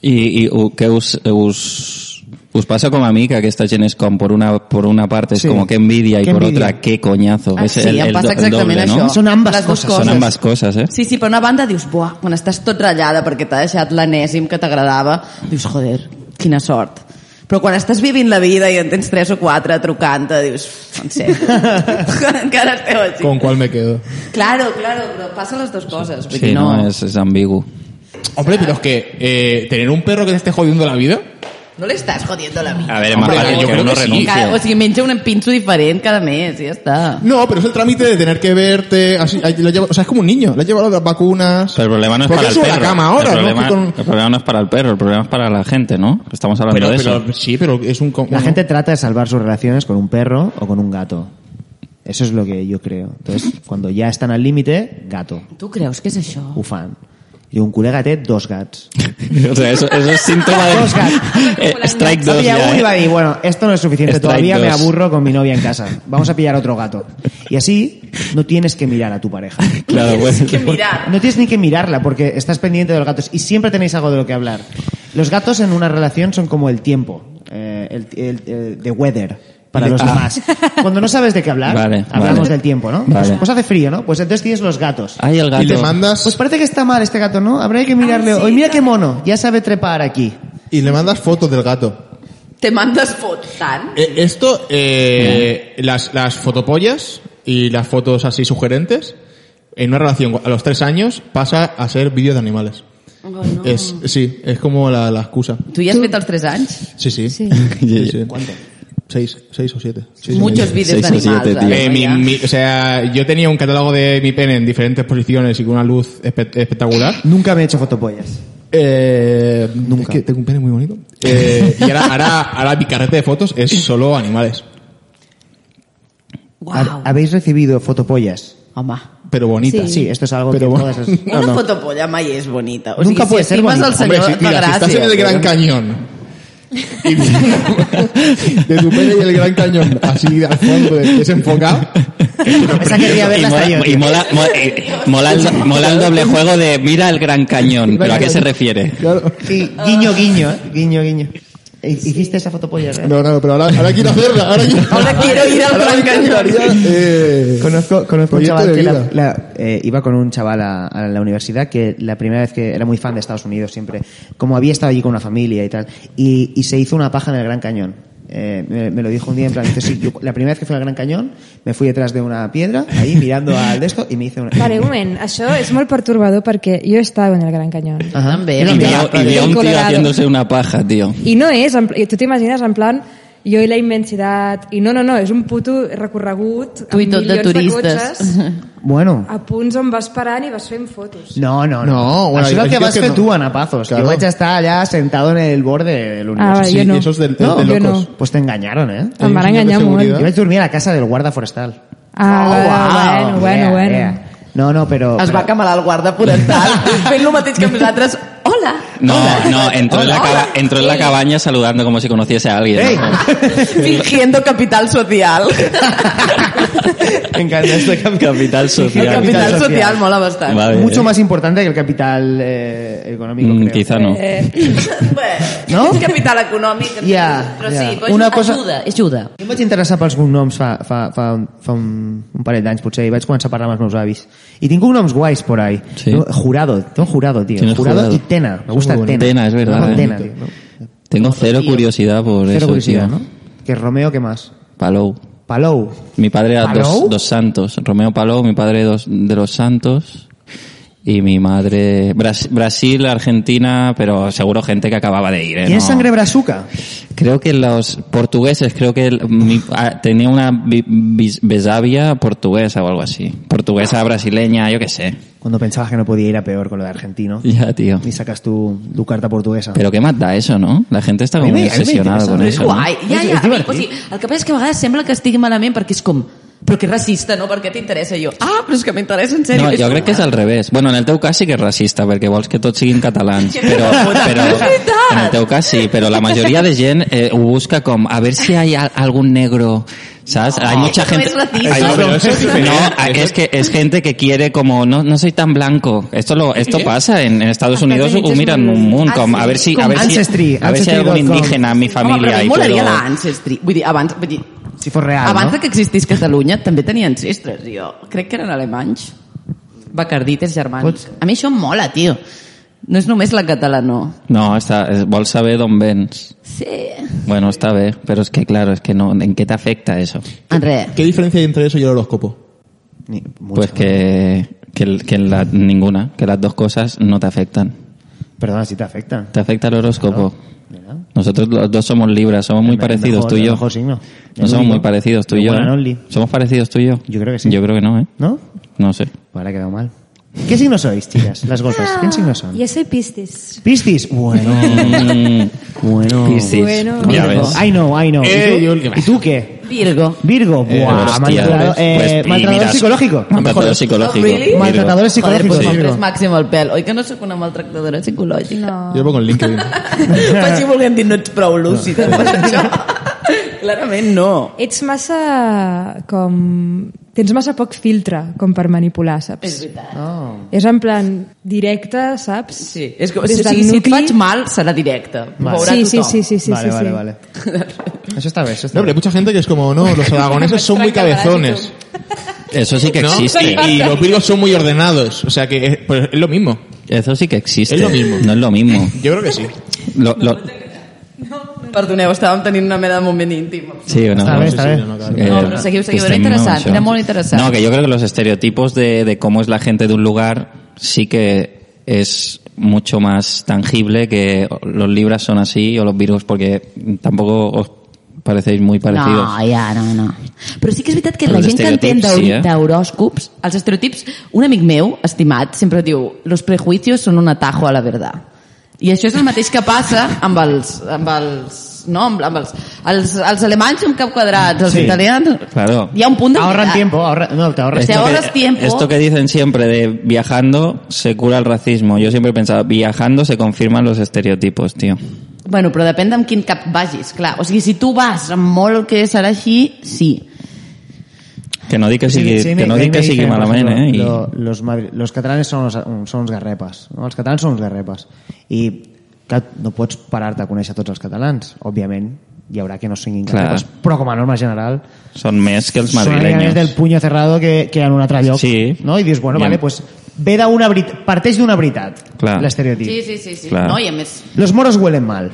[SPEAKER 2] I, i ho- què uh, us, us, us passa com a mi, que aquesta gent és com, per una, per una part és
[SPEAKER 8] Sí.
[SPEAKER 2] sí. com que envidia i
[SPEAKER 8] Que
[SPEAKER 2] per
[SPEAKER 8] envidia.
[SPEAKER 2] otra que coñazo.
[SPEAKER 4] Ah,
[SPEAKER 2] és
[SPEAKER 4] sí, em passa
[SPEAKER 2] do-
[SPEAKER 4] exactament
[SPEAKER 2] doble,
[SPEAKER 4] això.
[SPEAKER 2] No?
[SPEAKER 8] Són ambas
[SPEAKER 4] Les dues
[SPEAKER 8] coses.
[SPEAKER 2] Són ambas coses, eh?
[SPEAKER 4] Sí, sí, per una banda dius, buah, quan estàs tot ratllada perquè t'ha deixat l'anèsim que t'agradava, dius, joder, quina sort. Però quan estàs vivint la vida i en tens tres o quatre trucant-te, dius, en sèrio, encara esteu així.
[SPEAKER 5] ¿Con cuál me quedo?
[SPEAKER 4] Claro, claro, però passen les dues coses. Vull
[SPEAKER 2] Sí,
[SPEAKER 4] dir,
[SPEAKER 2] no, és, és ambigu.
[SPEAKER 5] Hombre, pero es que eh, tener un perro que te esté jodiendo la vida.
[SPEAKER 4] No le estás jodiendo la vida.
[SPEAKER 2] A ver, es
[SPEAKER 5] Hombre,
[SPEAKER 2] más fácil
[SPEAKER 5] yo
[SPEAKER 2] Ah, que
[SPEAKER 5] creo
[SPEAKER 2] uno
[SPEAKER 5] que sí.
[SPEAKER 2] renuncie.
[SPEAKER 4] Cada, o sigui, menja un empinxo diferent cada mes, i ja està.
[SPEAKER 5] No, pero es el trámite de tener que verte. Así, ahí lo lleva- o sea, es como un niño. Le has llevado las vacunas.
[SPEAKER 2] Pero el problema no es
[SPEAKER 5] ¿Por qué
[SPEAKER 2] para el
[SPEAKER 5] sube
[SPEAKER 2] perro.
[SPEAKER 5] a la cama ahora?
[SPEAKER 2] el,
[SPEAKER 5] no?
[SPEAKER 2] problema,
[SPEAKER 5] Con-
[SPEAKER 2] el problema no es para el perro, el problema es para la gente, ¿no? Estamos hablando
[SPEAKER 5] Pero,
[SPEAKER 2] de eso.
[SPEAKER 5] pero- sí, pero es un. co-
[SPEAKER 8] La
[SPEAKER 2] Mm.
[SPEAKER 5] bueno.
[SPEAKER 8] gente trata de salvar sus relaciones con un perro o con un gato. Eso es lo que yo creo. Entonces, cuando ya están al límite, gato,
[SPEAKER 4] Tu creus que és això?
[SPEAKER 8] ufan. Y un colega té dos gats.
[SPEAKER 2] o sea, eso, eso es síntoma de...
[SPEAKER 8] Dos gatos.
[SPEAKER 2] Eh, strike dos
[SPEAKER 8] Había uno
[SPEAKER 2] ya,
[SPEAKER 8] y va a
[SPEAKER 2] ¿eh?
[SPEAKER 8] decir, bueno, esto no es suficiente,
[SPEAKER 2] Strike
[SPEAKER 8] todavía me
[SPEAKER 2] dos.
[SPEAKER 8] aburro con mi novia en casa. Vamos a pillar otro gato. Y así no tienes que mirar a tu pareja.
[SPEAKER 2] Claro, bueno.
[SPEAKER 4] Que mirar.
[SPEAKER 8] No tienes ni que mirarla porque estás pendiente de los gatos y siempre tenéis algo de lo que hablar. Los gatos en una relación son como el tiempo, eh, el, el- el- the weather para los demás. Cuando no sabes de qué hablar,
[SPEAKER 2] Ah. Vale,
[SPEAKER 8] hablamos
[SPEAKER 2] vale.
[SPEAKER 8] del tiempo, ¿no?
[SPEAKER 2] Vale.
[SPEAKER 8] Pues, pues hace frío, ¿no? Pues entonces tienes los gatos.
[SPEAKER 2] Ay, el gato.
[SPEAKER 5] Y le mandas.
[SPEAKER 8] Pues parece que está mal este gato, ¿no? Habrá que mirarle. Hoy mira qué mono, ya sabe trepar aquí.
[SPEAKER 5] y le mandas fotos del gato.
[SPEAKER 4] Te mandes fot tant.
[SPEAKER 5] Eh, esto, eh, las, las fotopollas y las fotos así sugerentes, en una relación a los tres años pasa a ser vídeos de animales. Es, sí, es como la, la excusa.
[SPEAKER 4] Tu ja has fet els 3 anys?
[SPEAKER 5] Sí, sí.
[SPEAKER 7] Sí.
[SPEAKER 5] ¿Cuánto? Seis, seis o siete. Seis y
[SPEAKER 4] Muchos
[SPEAKER 5] medio.
[SPEAKER 4] vídeos
[SPEAKER 2] Seis
[SPEAKER 4] de
[SPEAKER 2] o siete,
[SPEAKER 4] animals.
[SPEAKER 2] tío.
[SPEAKER 4] ara,
[SPEAKER 5] Eh, mi-
[SPEAKER 4] ja.
[SPEAKER 5] mi- o sea, yo tenía un catálogo de mi pene en diferentes posiciones y con una luz espe- espectacular.
[SPEAKER 8] Nunca me he hecho fotopollas.
[SPEAKER 5] Eh, Nunca. Es que tengo un pene muy bonito. Eh, y ahora, ahora, ahora mi carrete de fotos es solo animales.
[SPEAKER 4] Uau.
[SPEAKER 8] ¿Habéis recibido fotopollas?
[SPEAKER 4] Home.
[SPEAKER 5] Pero bonitas.
[SPEAKER 8] Sí, esto es algo que
[SPEAKER 5] Pero bueno.
[SPEAKER 8] todas las-
[SPEAKER 4] Una fotopolla mai és bonita. O
[SPEAKER 8] Nunca
[SPEAKER 4] sigui,
[SPEAKER 8] puede
[SPEAKER 4] si
[SPEAKER 8] ser
[SPEAKER 4] estimes
[SPEAKER 8] bonita.
[SPEAKER 4] el
[SPEAKER 5] Hombre,
[SPEAKER 4] senyor,
[SPEAKER 5] si, mira,
[SPEAKER 4] fa
[SPEAKER 5] si
[SPEAKER 4] gràcia.
[SPEAKER 5] estás en el Gran Cañón. y- de tu pene y el Gran Cañón, así al fondo, desenfocado.
[SPEAKER 8] Esa querría
[SPEAKER 2] Y
[SPEAKER 8] verla hasta
[SPEAKER 2] mola,
[SPEAKER 8] yo.
[SPEAKER 2] y mola, mola- eh, mola el, mola el doble juego de mira el gran cañón, pero ¿a qué se refiere?
[SPEAKER 5] Claro.
[SPEAKER 8] Sí, guiño, guiño, ¿eh? guiño, guiño. ¿Hiciste esa fotopolla? real?
[SPEAKER 5] No, no, pero ahora, ahora quiero hacerla. Ahora quiero,
[SPEAKER 4] Ahora quiero ir al
[SPEAKER 5] Ahora me
[SPEAKER 4] Gran Cañón.
[SPEAKER 5] encantaría, eh,
[SPEAKER 8] Conozco, conozco un
[SPEAKER 5] Proyecto
[SPEAKER 8] chaval
[SPEAKER 5] de
[SPEAKER 8] que la-
[SPEAKER 5] vida.
[SPEAKER 8] la- eh, iba con un chaval a, a la universidad que la primera vez que era muy fan de Estados Unidos siempre, como había estado allí con una familia y tal, y, y se hizo una paja en el Gran Cañón. Eh, me, me lo dijo un día en plan, dice, sí, yo la primera vez que fui al Gran Cañón me fui detrás de una piedra, ahí mirando al de esto y me hice una...
[SPEAKER 7] Vale, un moment, això és molt pertorbador perquè jo estava en el Gran Canyón.
[SPEAKER 8] Ajá.
[SPEAKER 4] También.
[SPEAKER 2] Y
[SPEAKER 8] Yo lo
[SPEAKER 4] Y
[SPEAKER 8] miraba,
[SPEAKER 2] vio, y
[SPEAKER 8] claro.
[SPEAKER 2] vio a un tío
[SPEAKER 7] Colorado.
[SPEAKER 2] haciéndose una paja, tío.
[SPEAKER 7] I no és, en pl- tu t'imagines en plan jo i la immensitat, i no, no, no, és un puto recorregut amb
[SPEAKER 4] Tu i tot de
[SPEAKER 7] milions
[SPEAKER 4] turistes.
[SPEAKER 7] cotxes,
[SPEAKER 8] Bueno,
[SPEAKER 7] a punts on vas parant i vas fent fotos.
[SPEAKER 8] No, no,
[SPEAKER 5] No,
[SPEAKER 8] no.
[SPEAKER 5] bueno,
[SPEAKER 8] Això és
[SPEAKER 5] hay
[SPEAKER 8] el que
[SPEAKER 5] tíos
[SPEAKER 8] vas
[SPEAKER 5] que
[SPEAKER 8] fer
[SPEAKER 5] no.
[SPEAKER 8] tu, Anapazos.
[SPEAKER 5] Claro.
[SPEAKER 8] Yo voy a estar allá sentado en el borde del
[SPEAKER 7] Ah,
[SPEAKER 8] universo.
[SPEAKER 7] vale,
[SPEAKER 5] sí,
[SPEAKER 7] jo no.
[SPEAKER 5] esos del- del-
[SPEAKER 7] no,
[SPEAKER 5] de
[SPEAKER 7] jo no.
[SPEAKER 5] locos.
[SPEAKER 8] Pues te engañaron, ¿eh?
[SPEAKER 4] Ah,
[SPEAKER 5] Hay un
[SPEAKER 7] Em
[SPEAKER 5] señor
[SPEAKER 7] van
[SPEAKER 5] de
[SPEAKER 7] enganyar molt.
[SPEAKER 5] seguridad.
[SPEAKER 8] Yo vaig dormir a la casa del guarda forestal.
[SPEAKER 7] Ah,
[SPEAKER 8] Oh, wow.
[SPEAKER 7] bueno, bueno,
[SPEAKER 8] Yeah,
[SPEAKER 7] bueno.
[SPEAKER 8] yeah. No, no, pero...
[SPEAKER 4] Es va camalar el guarda forestal fent el mateix que nosaltres. Hola!
[SPEAKER 2] No, no, entró en la,
[SPEAKER 4] Hola.
[SPEAKER 2] caba- entró en la cabaña saludando como si conociese a alguien.
[SPEAKER 8] Hey.
[SPEAKER 2] ¿no?
[SPEAKER 4] Fingiendo capital social.
[SPEAKER 8] Me encanta esto de capital.
[SPEAKER 2] Capital
[SPEAKER 4] El
[SPEAKER 2] social.
[SPEAKER 4] capital
[SPEAKER 8] social.
[SPEAKER 4] social mola bastant.
[SPEAKER 2] Vale.
[SPEAKER 8] Mucho más importante que el capital eh, económico,
[SPEAKER 2] Mm,
[SPEAKER 8] creo.
[SPEAKER 2] quizá no.
[SPEAKER 4] Bé,
[SPEAKER 8] No?
[SPEAKER 4] És capital econòmic.
[SPEAKER 8] Ja,
[SPEAKER 4] però
[SPEAKER 8] ja.
[SPEAKER 4] sí, però
[SPEAKER 8] Una
[SPEAKER 4] Una
[SPEAKER 8] cosa-
[SPEAKER 4] cosa... ajuda, ajuda.
[SPEAKER 8] Jo em vaig interessar pels cognoms fa, fa, fa, un, fa un, un parell d'anys, potser, i vaig començar a parlar amb els meus avis. I tinc cognoms guais por ahí.
[SPEAKER 2] Sí.
[SPEAKER 8] No, jurado, tengo jurado, tío.
[SPEAKER 2] Tienes
[SPEAKER 8] Jurado,
[SPEAKER 2] Jurado.
[SPEAKER 8] y Tena. Me gusta
[SPEAKER 5] muy
[SPEAKER 8] Tena.
[SPEAKER 5] bonitos.
[SPEAKER 2] Tena, es verdad,
[SPEAKER 8] Me
[SPEAKER 2] eh.
[SPEAKER 8] gusta Tena, tío. ¿no?
[SPEAKER 2] Tengo cero curiosidad por
[SPEAKER 8] Cero
[SPEAKER 2] eso,
[SPEAKER 8] curiosidad,
[SPEAKER 2] tío.
[SPEAKER 8] ¿no? Que Romeo, ¿qué más?
[SPEAKER 2] Palou.
[SPEAKER 8] Palou.
[SPEAKER 2] Mi padre era
[SPEAKER 8] ¿Palou?
[SPEAKER 2] dos, dos santos. Romeo Palou, mi padre dos, de los santos. Y mi madre... Bras- Brasil, Argentina, pero seguro gente que acababa de ir. ¿eh?
[SPEAKER 8] ¿Tienes
[SPEAKER 2] No.
[SPEAKER 8] sangre brazuca?
[SPEAKER 2] Creo que los portugueses, creo que el- mi- ah, tenía una bi- bis- besavia portuguesa o algo así. Portuguesa, brasileña, yo qué sé.
[SPEAKER 8] Cuando pensabas que no podía ir a peor con lo de argentino.
[SPEAKER 2] Ya, tío.
[SPEAKER 8] Y sacas tu, tu carta portuguesa.
[SPEAKER 2] Pero qué más da eso, ¿no? La gente està
[SPEAKER 8] A mi
[SPEAKER 2] com
[SPEAKER 8] me- a mi me
[SPEAKER 2] obsessionada
[SPEAKER 8] interessa,
[SPEAKER 2] con
[SPEAKER 8] és
[SPEAKER 2] això. no?
[SPEAKER 4] Guai, ja,
[SPEAKER 8] És-
[SPEAKER 4] ja.
[SPEAKER 8] és
[SPEAKER 4] a mi,
[SPEAKER 8] divertit.
[SPEAKER 4] O sigui, el que passa és que a vegades sembla que estigui malament perquè és com però que és racista, no? Perquè t'interessa. I Jo, ah, però és que m'interessa en sèrio.
[SPEAKER 2] No, jo crec que és al revés. Bueno, en el teu cas sí que és racista, perquè vols que tots siguin catalans, però, però
[SPEAKER 4] És veritat.
[SPEAKER 2] en el teu cas sí, però la majoria de gent eh, ho busca com a ver si hay al- algún negro, ¿sabes? hay mucha
[SPEAKER 4] Ah, eso no
[SPEAKER 2] gente...
[SPEAKER 4] es racista.
[SPEAKER 2] Hay-
[SPEAKER 5] Eso no, eso es diferente.
[SPEAKER 2] no, es que es gente que quiere como no no soy tan blanco. Esto lo esto pasa en, en Estados Unidos, ho miren un munt, com a ver si a ver si
[SPEAKER 8] Ancestry,
[SPEAKER 2] a ver si hay algún
[SPEAKER 8] ancestry.com.
[SPEAKER 2] indígena en mi
[SPEAKER 4] Home,
[SPEAKER 2] familia
[SPEAKER 4] però a
[SPEAKER 2] y
[SPEAKER 4] mi molaria
[SPEAKER 2] puedo-
[SPEAKER 4] l'Ancestry. Vull dir, abans, vull dir,
[SPEAKER 8] Si fos real,
[SPEAKER 4] abans
[SPEAKER 8] no?
[SPEAKER 4] de que existís Catalunya també tenia ancestres. Jo crec que eren alemanys. Bacardites germans.
[SPEAKER 8] Pots-
[SPEAKER 4] A mi això em mola, tio. No és només la catalana.
[SPEAKER 2] No, està, es- vols saber d'on vens.
[SPEAKER 4] Sí.
[SPEAKER 2] Bueno, està bé, però és que, claro, es que no, ¿en qué te afecta eso?
[SPEAKER 4] En res.
[SPEAKER 5] ¿Qué diferencia hay entre eso y el horóscopo?
[SPEAKER 8] Ni- mucho.
[SPEAKER 2] Pues que, que, el- que la- ninguna, que las dos cosas no te afectan.
[SPEAKER 8] Perdona, si te afecta.
[SPEAKER 2] Te afecta el horóscopo.
[SPEAKER 8] Mira.
[SPEAKER 2] Nosotros los dos somos libras, somos muy
[SPEAKER 8] El me-
[SPEAKER 2] parecidos
[SPEAKER 8] mejor-
[SPEAKER 2] tú y
[SPEAKER 8] el
[SPEAKER 2] yo.
[SPEAKER 8] mejor signo.
[SPEAKER 2] No
[SPEAKER 8] El
[SPEAKER 2] somos
[SPEAKER 8] único.
[SPEAKER 2] muy parecidos tú y
[SPEAKER 8] The
[SPEAKER 2] yo.
[SPEAKER 8] one and
[SPEAKER 2] ¿eh?
[SPEAKER 8] only.
[SPEAKER 2] ¿Somos parecidos tú y yo?
[SPEAKER 8] Yo creo que sí.
[SPEAKER 2] Yo creo que no, ¿eh?
[SPEAKER 8] ¿No?
[SPEAKER 2] No sé.
[SPEAKER 8] Ahora ha quedado mal. ¿Qué
[SPEAKER 2] Mm.
[SPEAKER 8] signo sois, chicas? Las golpes.
[SPEAKER 7] Ah,
[SPEAKER 8] ¿Qué signo son?
[SPEAKER 4] Ah,
[SPEAKER 9] Yo soy Piscis.
[SPEAKER 8] Pistis. Bueno. bueno.
[SPEAKER 2] Piscis.
[SPEAKER 9] Bueno.
[SPEAKER 2] Ya ves.
[SPEAKER 8] I know, I know. ¿Y
[SPEAKER 5] Eh,
[SPEAKER 8] tú,
[SPEAKER 5] yo- ¿qué
[SPEAKER 8] ¿Y tú qué?
[SPEAKER 4] Virgo.
[SPEAKER 8] Virgo.
[SPEAKER 5] Eh,
[SPEAKER 8] Buah,
[SPEAKER 2] hostia,
[SPEAKER 8] maltratador,
[SPEAKER 2] pues,
[SPEAKER 8] eh,
[SPEAKER 2] pues,
[SPEAKER 8] maltratador
[SPEAKER 2] mira,
[SPEAKER 8] psicológico.
[SPEAKER 2] Maltratador psicológico.
[SPEAKER 4] Oh, really?
[SPEAKER 2] Virgo.
[SPEAKER 8] Maltratadores
[SPEAKER 4] Joder,
[SPEAKER 8] psicológicos.
[SPEAKER 4] pues
[SPEAKER 5] Sí.
[SPEAKER 4] sempre és màxim el pèl. Oi que no sóc una maltractadora psicològica?
[SPEAKER 9] No.
[SPEAKER 5] Yo lo pongo en LinkedIn.
[SPEAKER 4] Però si volguem dir no ets prou lúcida per això. Clarament no.
[SPEAKER 7] Ets massa com... Tens massa poc filtre com per manipular, saps? És veritat.
[SPEAKER 8] Oh.
[SPEAKER 7] És en plan directe, saps?
[SPEAKER 4] Sí, és que, o
[SPEAKER 7] Des
[SPEAKER 4] sigui,
[SPEAKER 7] del
[SPEAKER 4] si et
[SPEAKER 7] nucli-
[SPEAKER 4] faig mal, serà directe. Ho veurà
[SPEAKER 7] Sí, sí,
[SPEAKER 4] tothom.
[SPEAKER 7] sí, sí, sí,
[SPEAKER 8] vale,
[SPEAKER 7] sí,
[SPEAKER 8] vale,
[SPEAKER 7] sí.
[SPEAKER 8] vale. Eso está bien, eso
[SPEAKER 5] No,
[SPEAKER 8] está
[SPEAKER 5] pero hay
[SPEAKER 8] bien.
[SPEAKER 5] mucha gente que es como, no, los aragoneses son muy cabezones.
[SPEAKER 2] Eso sí que
[SPEAKER 5] ¿no?
[SPEAKER 2] existe.
[SPEAKER 5] Y, y los virgos son muy ordenados. O sea que es, pues es lo mismo.
[SPEAKER 2] Eso sí que existe.
[SPEAKER 5] Es lo mismo.
[SPEAKER 2] No es lo mismo.
[SPEAKER 5] Yo creo que sí.
[SPEAKER 2] Lo- lo-
[SPEAKER 4] Perdoneu, estàvem tenint una mena de moment íntim.
[SPEAKER 2] sí, no,
[SPEAKER 8] Está
[SPEAKER 2] no,
[SPEAKER 8] bien,
[SPEAKER 2] sí,
[SPEAKER 8] está
[SPEAKER 5] sí,
[SPEAKER 8] bien.
[SPEAKER 5] no, no,
[SPEAKER 2] Eh,
[SPEAKER 4] No, pero seguiu, seguiu,
[SPEAKER 2] que
[SPEAKER 4] era
[SPEAKER 2] estem
[SPEAKER 4] interessant,
[SPEAKER 2] amb això.
[SPEAKER 4] era molt interessant.
[SPEAKER 2] No, que yo creo que los estereotipos de, de cómo es la gente de un lugar sí que es mucho más tangible que los libras son así o los virgos porque tampoco os parecéis muy parecidos.
[SPEAKER 4] No, ja, no, no. Però sí que és veritat que
[SPEAKER 2] Però
[SPEAKER 4] la
[SPEAKER 2] els
[SPEAKER 4] gent que entén
[SPEAKER 2] estereotips, sí, eh?
[SPEAKER 4] d'hor- d'horòscops, els estereotips, un amic meu, estimat, sempre diu los prejuicios son un atajo a la verdad. I això és el mateix que passa amb els... Amb els no, amb, amb els, els, els alemanys són cap quadrats, els
[SPEAKER 8] Sí.
[SPEAKER 4] italians...
[SPEAKER 2] Claro.
[SPEAKER 4] Hi ha un punt de...
[SPEAKER 8] Ahorran
[SPEAKER 4] veritat.
[SPEAKER 8] tiempo, ahorra, no, te
[SPEAKER 7] Este
[SPEAKER 8] ahorras
[SPEAKER 4] Te
[SPEAKER 2] Esto que-
[SPEAKER 4] ahorras tiempo.
[SPEAKER 2] Esto que dicen siempre de viajando se cura el racismo. Yo siempre he pensado, viajando se confirman los estereotipos, tío.
[SPEAKER 4] Bueno, però depèn d'amb quin cap vagis, clar. O sigui, si tu vas amb molt que serà així, sí.
[SPEAKER 2] Que no di que sigui,
[SPEAKER 8] Pues Sí, sí,
[SPEAKER 2] que no
[SPEAKER 8] ahí
[SPEAKER 2] di
[SPEAKER 8] me
[SPEAKER 2] que sigui
[SPEAKER 8] dicen, por
[SPEAKER 2] malament,
[SPEAKER 8] ejemplo,
[SPEAKER 2] eh? I-
[SPEAKER 8] lo- los, madri- los catalanes son los, son los garrepas. ¿no? Els catalans són uns garrepas. I clar, no pots parar-te a conèixer tots els catalans, òbviament. Hi haurà que no siguin
[SPEAKER 2] Clar.
[SPEAKER 8] garrepas. Però com a norma general,
[SPEAKER 2] Són més que els
[SPEAKER 8] són
[SPEAKER 2] madrilenyos.
[SPEAKER 8] més del puño cerrado que, que en un altre lloc.
[SPEAKER 2] Sí.
[SPEAKER 8] No? I dius, bueno,
[SPEAKER 2] Ja.
[SPEAKER 8] vale, pues, ve d'una veritat, parteix d'una veritat,
[SPEAKER 2] Clar.
[SPEAKER 8] l'estereotip.
[SPEAKER 4] Sí, sí, sí. sí.
[SPEAKER 2] Clar.
[SPEAKER 4] No, i a més...
[SPEAKER 8] Los moros huelen mal.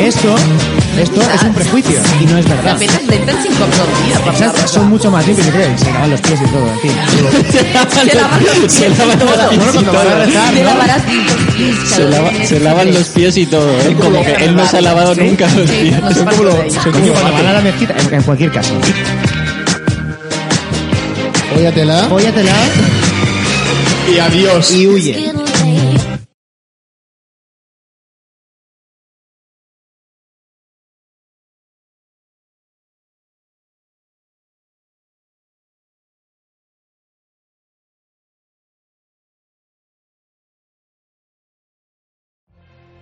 [SPEAKER 8] Esto, esto es un prejuicio y no es
[SPEAKER 4] De
[SPEAKER 8] verdad.
[SPEAKER 4] fet, es lenten cinc cops al dia. Per
[SPEAKER 8] Esas son mucho más limpios que creen. Se lavan los pies y todo, en fin.
[SPEAKER 4] Se lavan los pies y
[SPEAKER 8] Bueno, cuando van a rezar,
[SPEAKER 4] Se
[SPEAKER 8] ¿no?
[SPEAKER 4] lavarás los
[SPEAKER 2] Se, lava- se lavan los pies y todo, ¿eh? Como que él no se ha lavado nunca los pies.
[SPEAKER 4] Son como los...
[SPEAKER 8] Como cuando van a la mezquita, en, en cualquier caso.
[SPEAKER 5] Óyatela
[SPEAKER 8] Póyatela
[SPEAKER 5] y adiós.
[SPEAKER 8] y huye.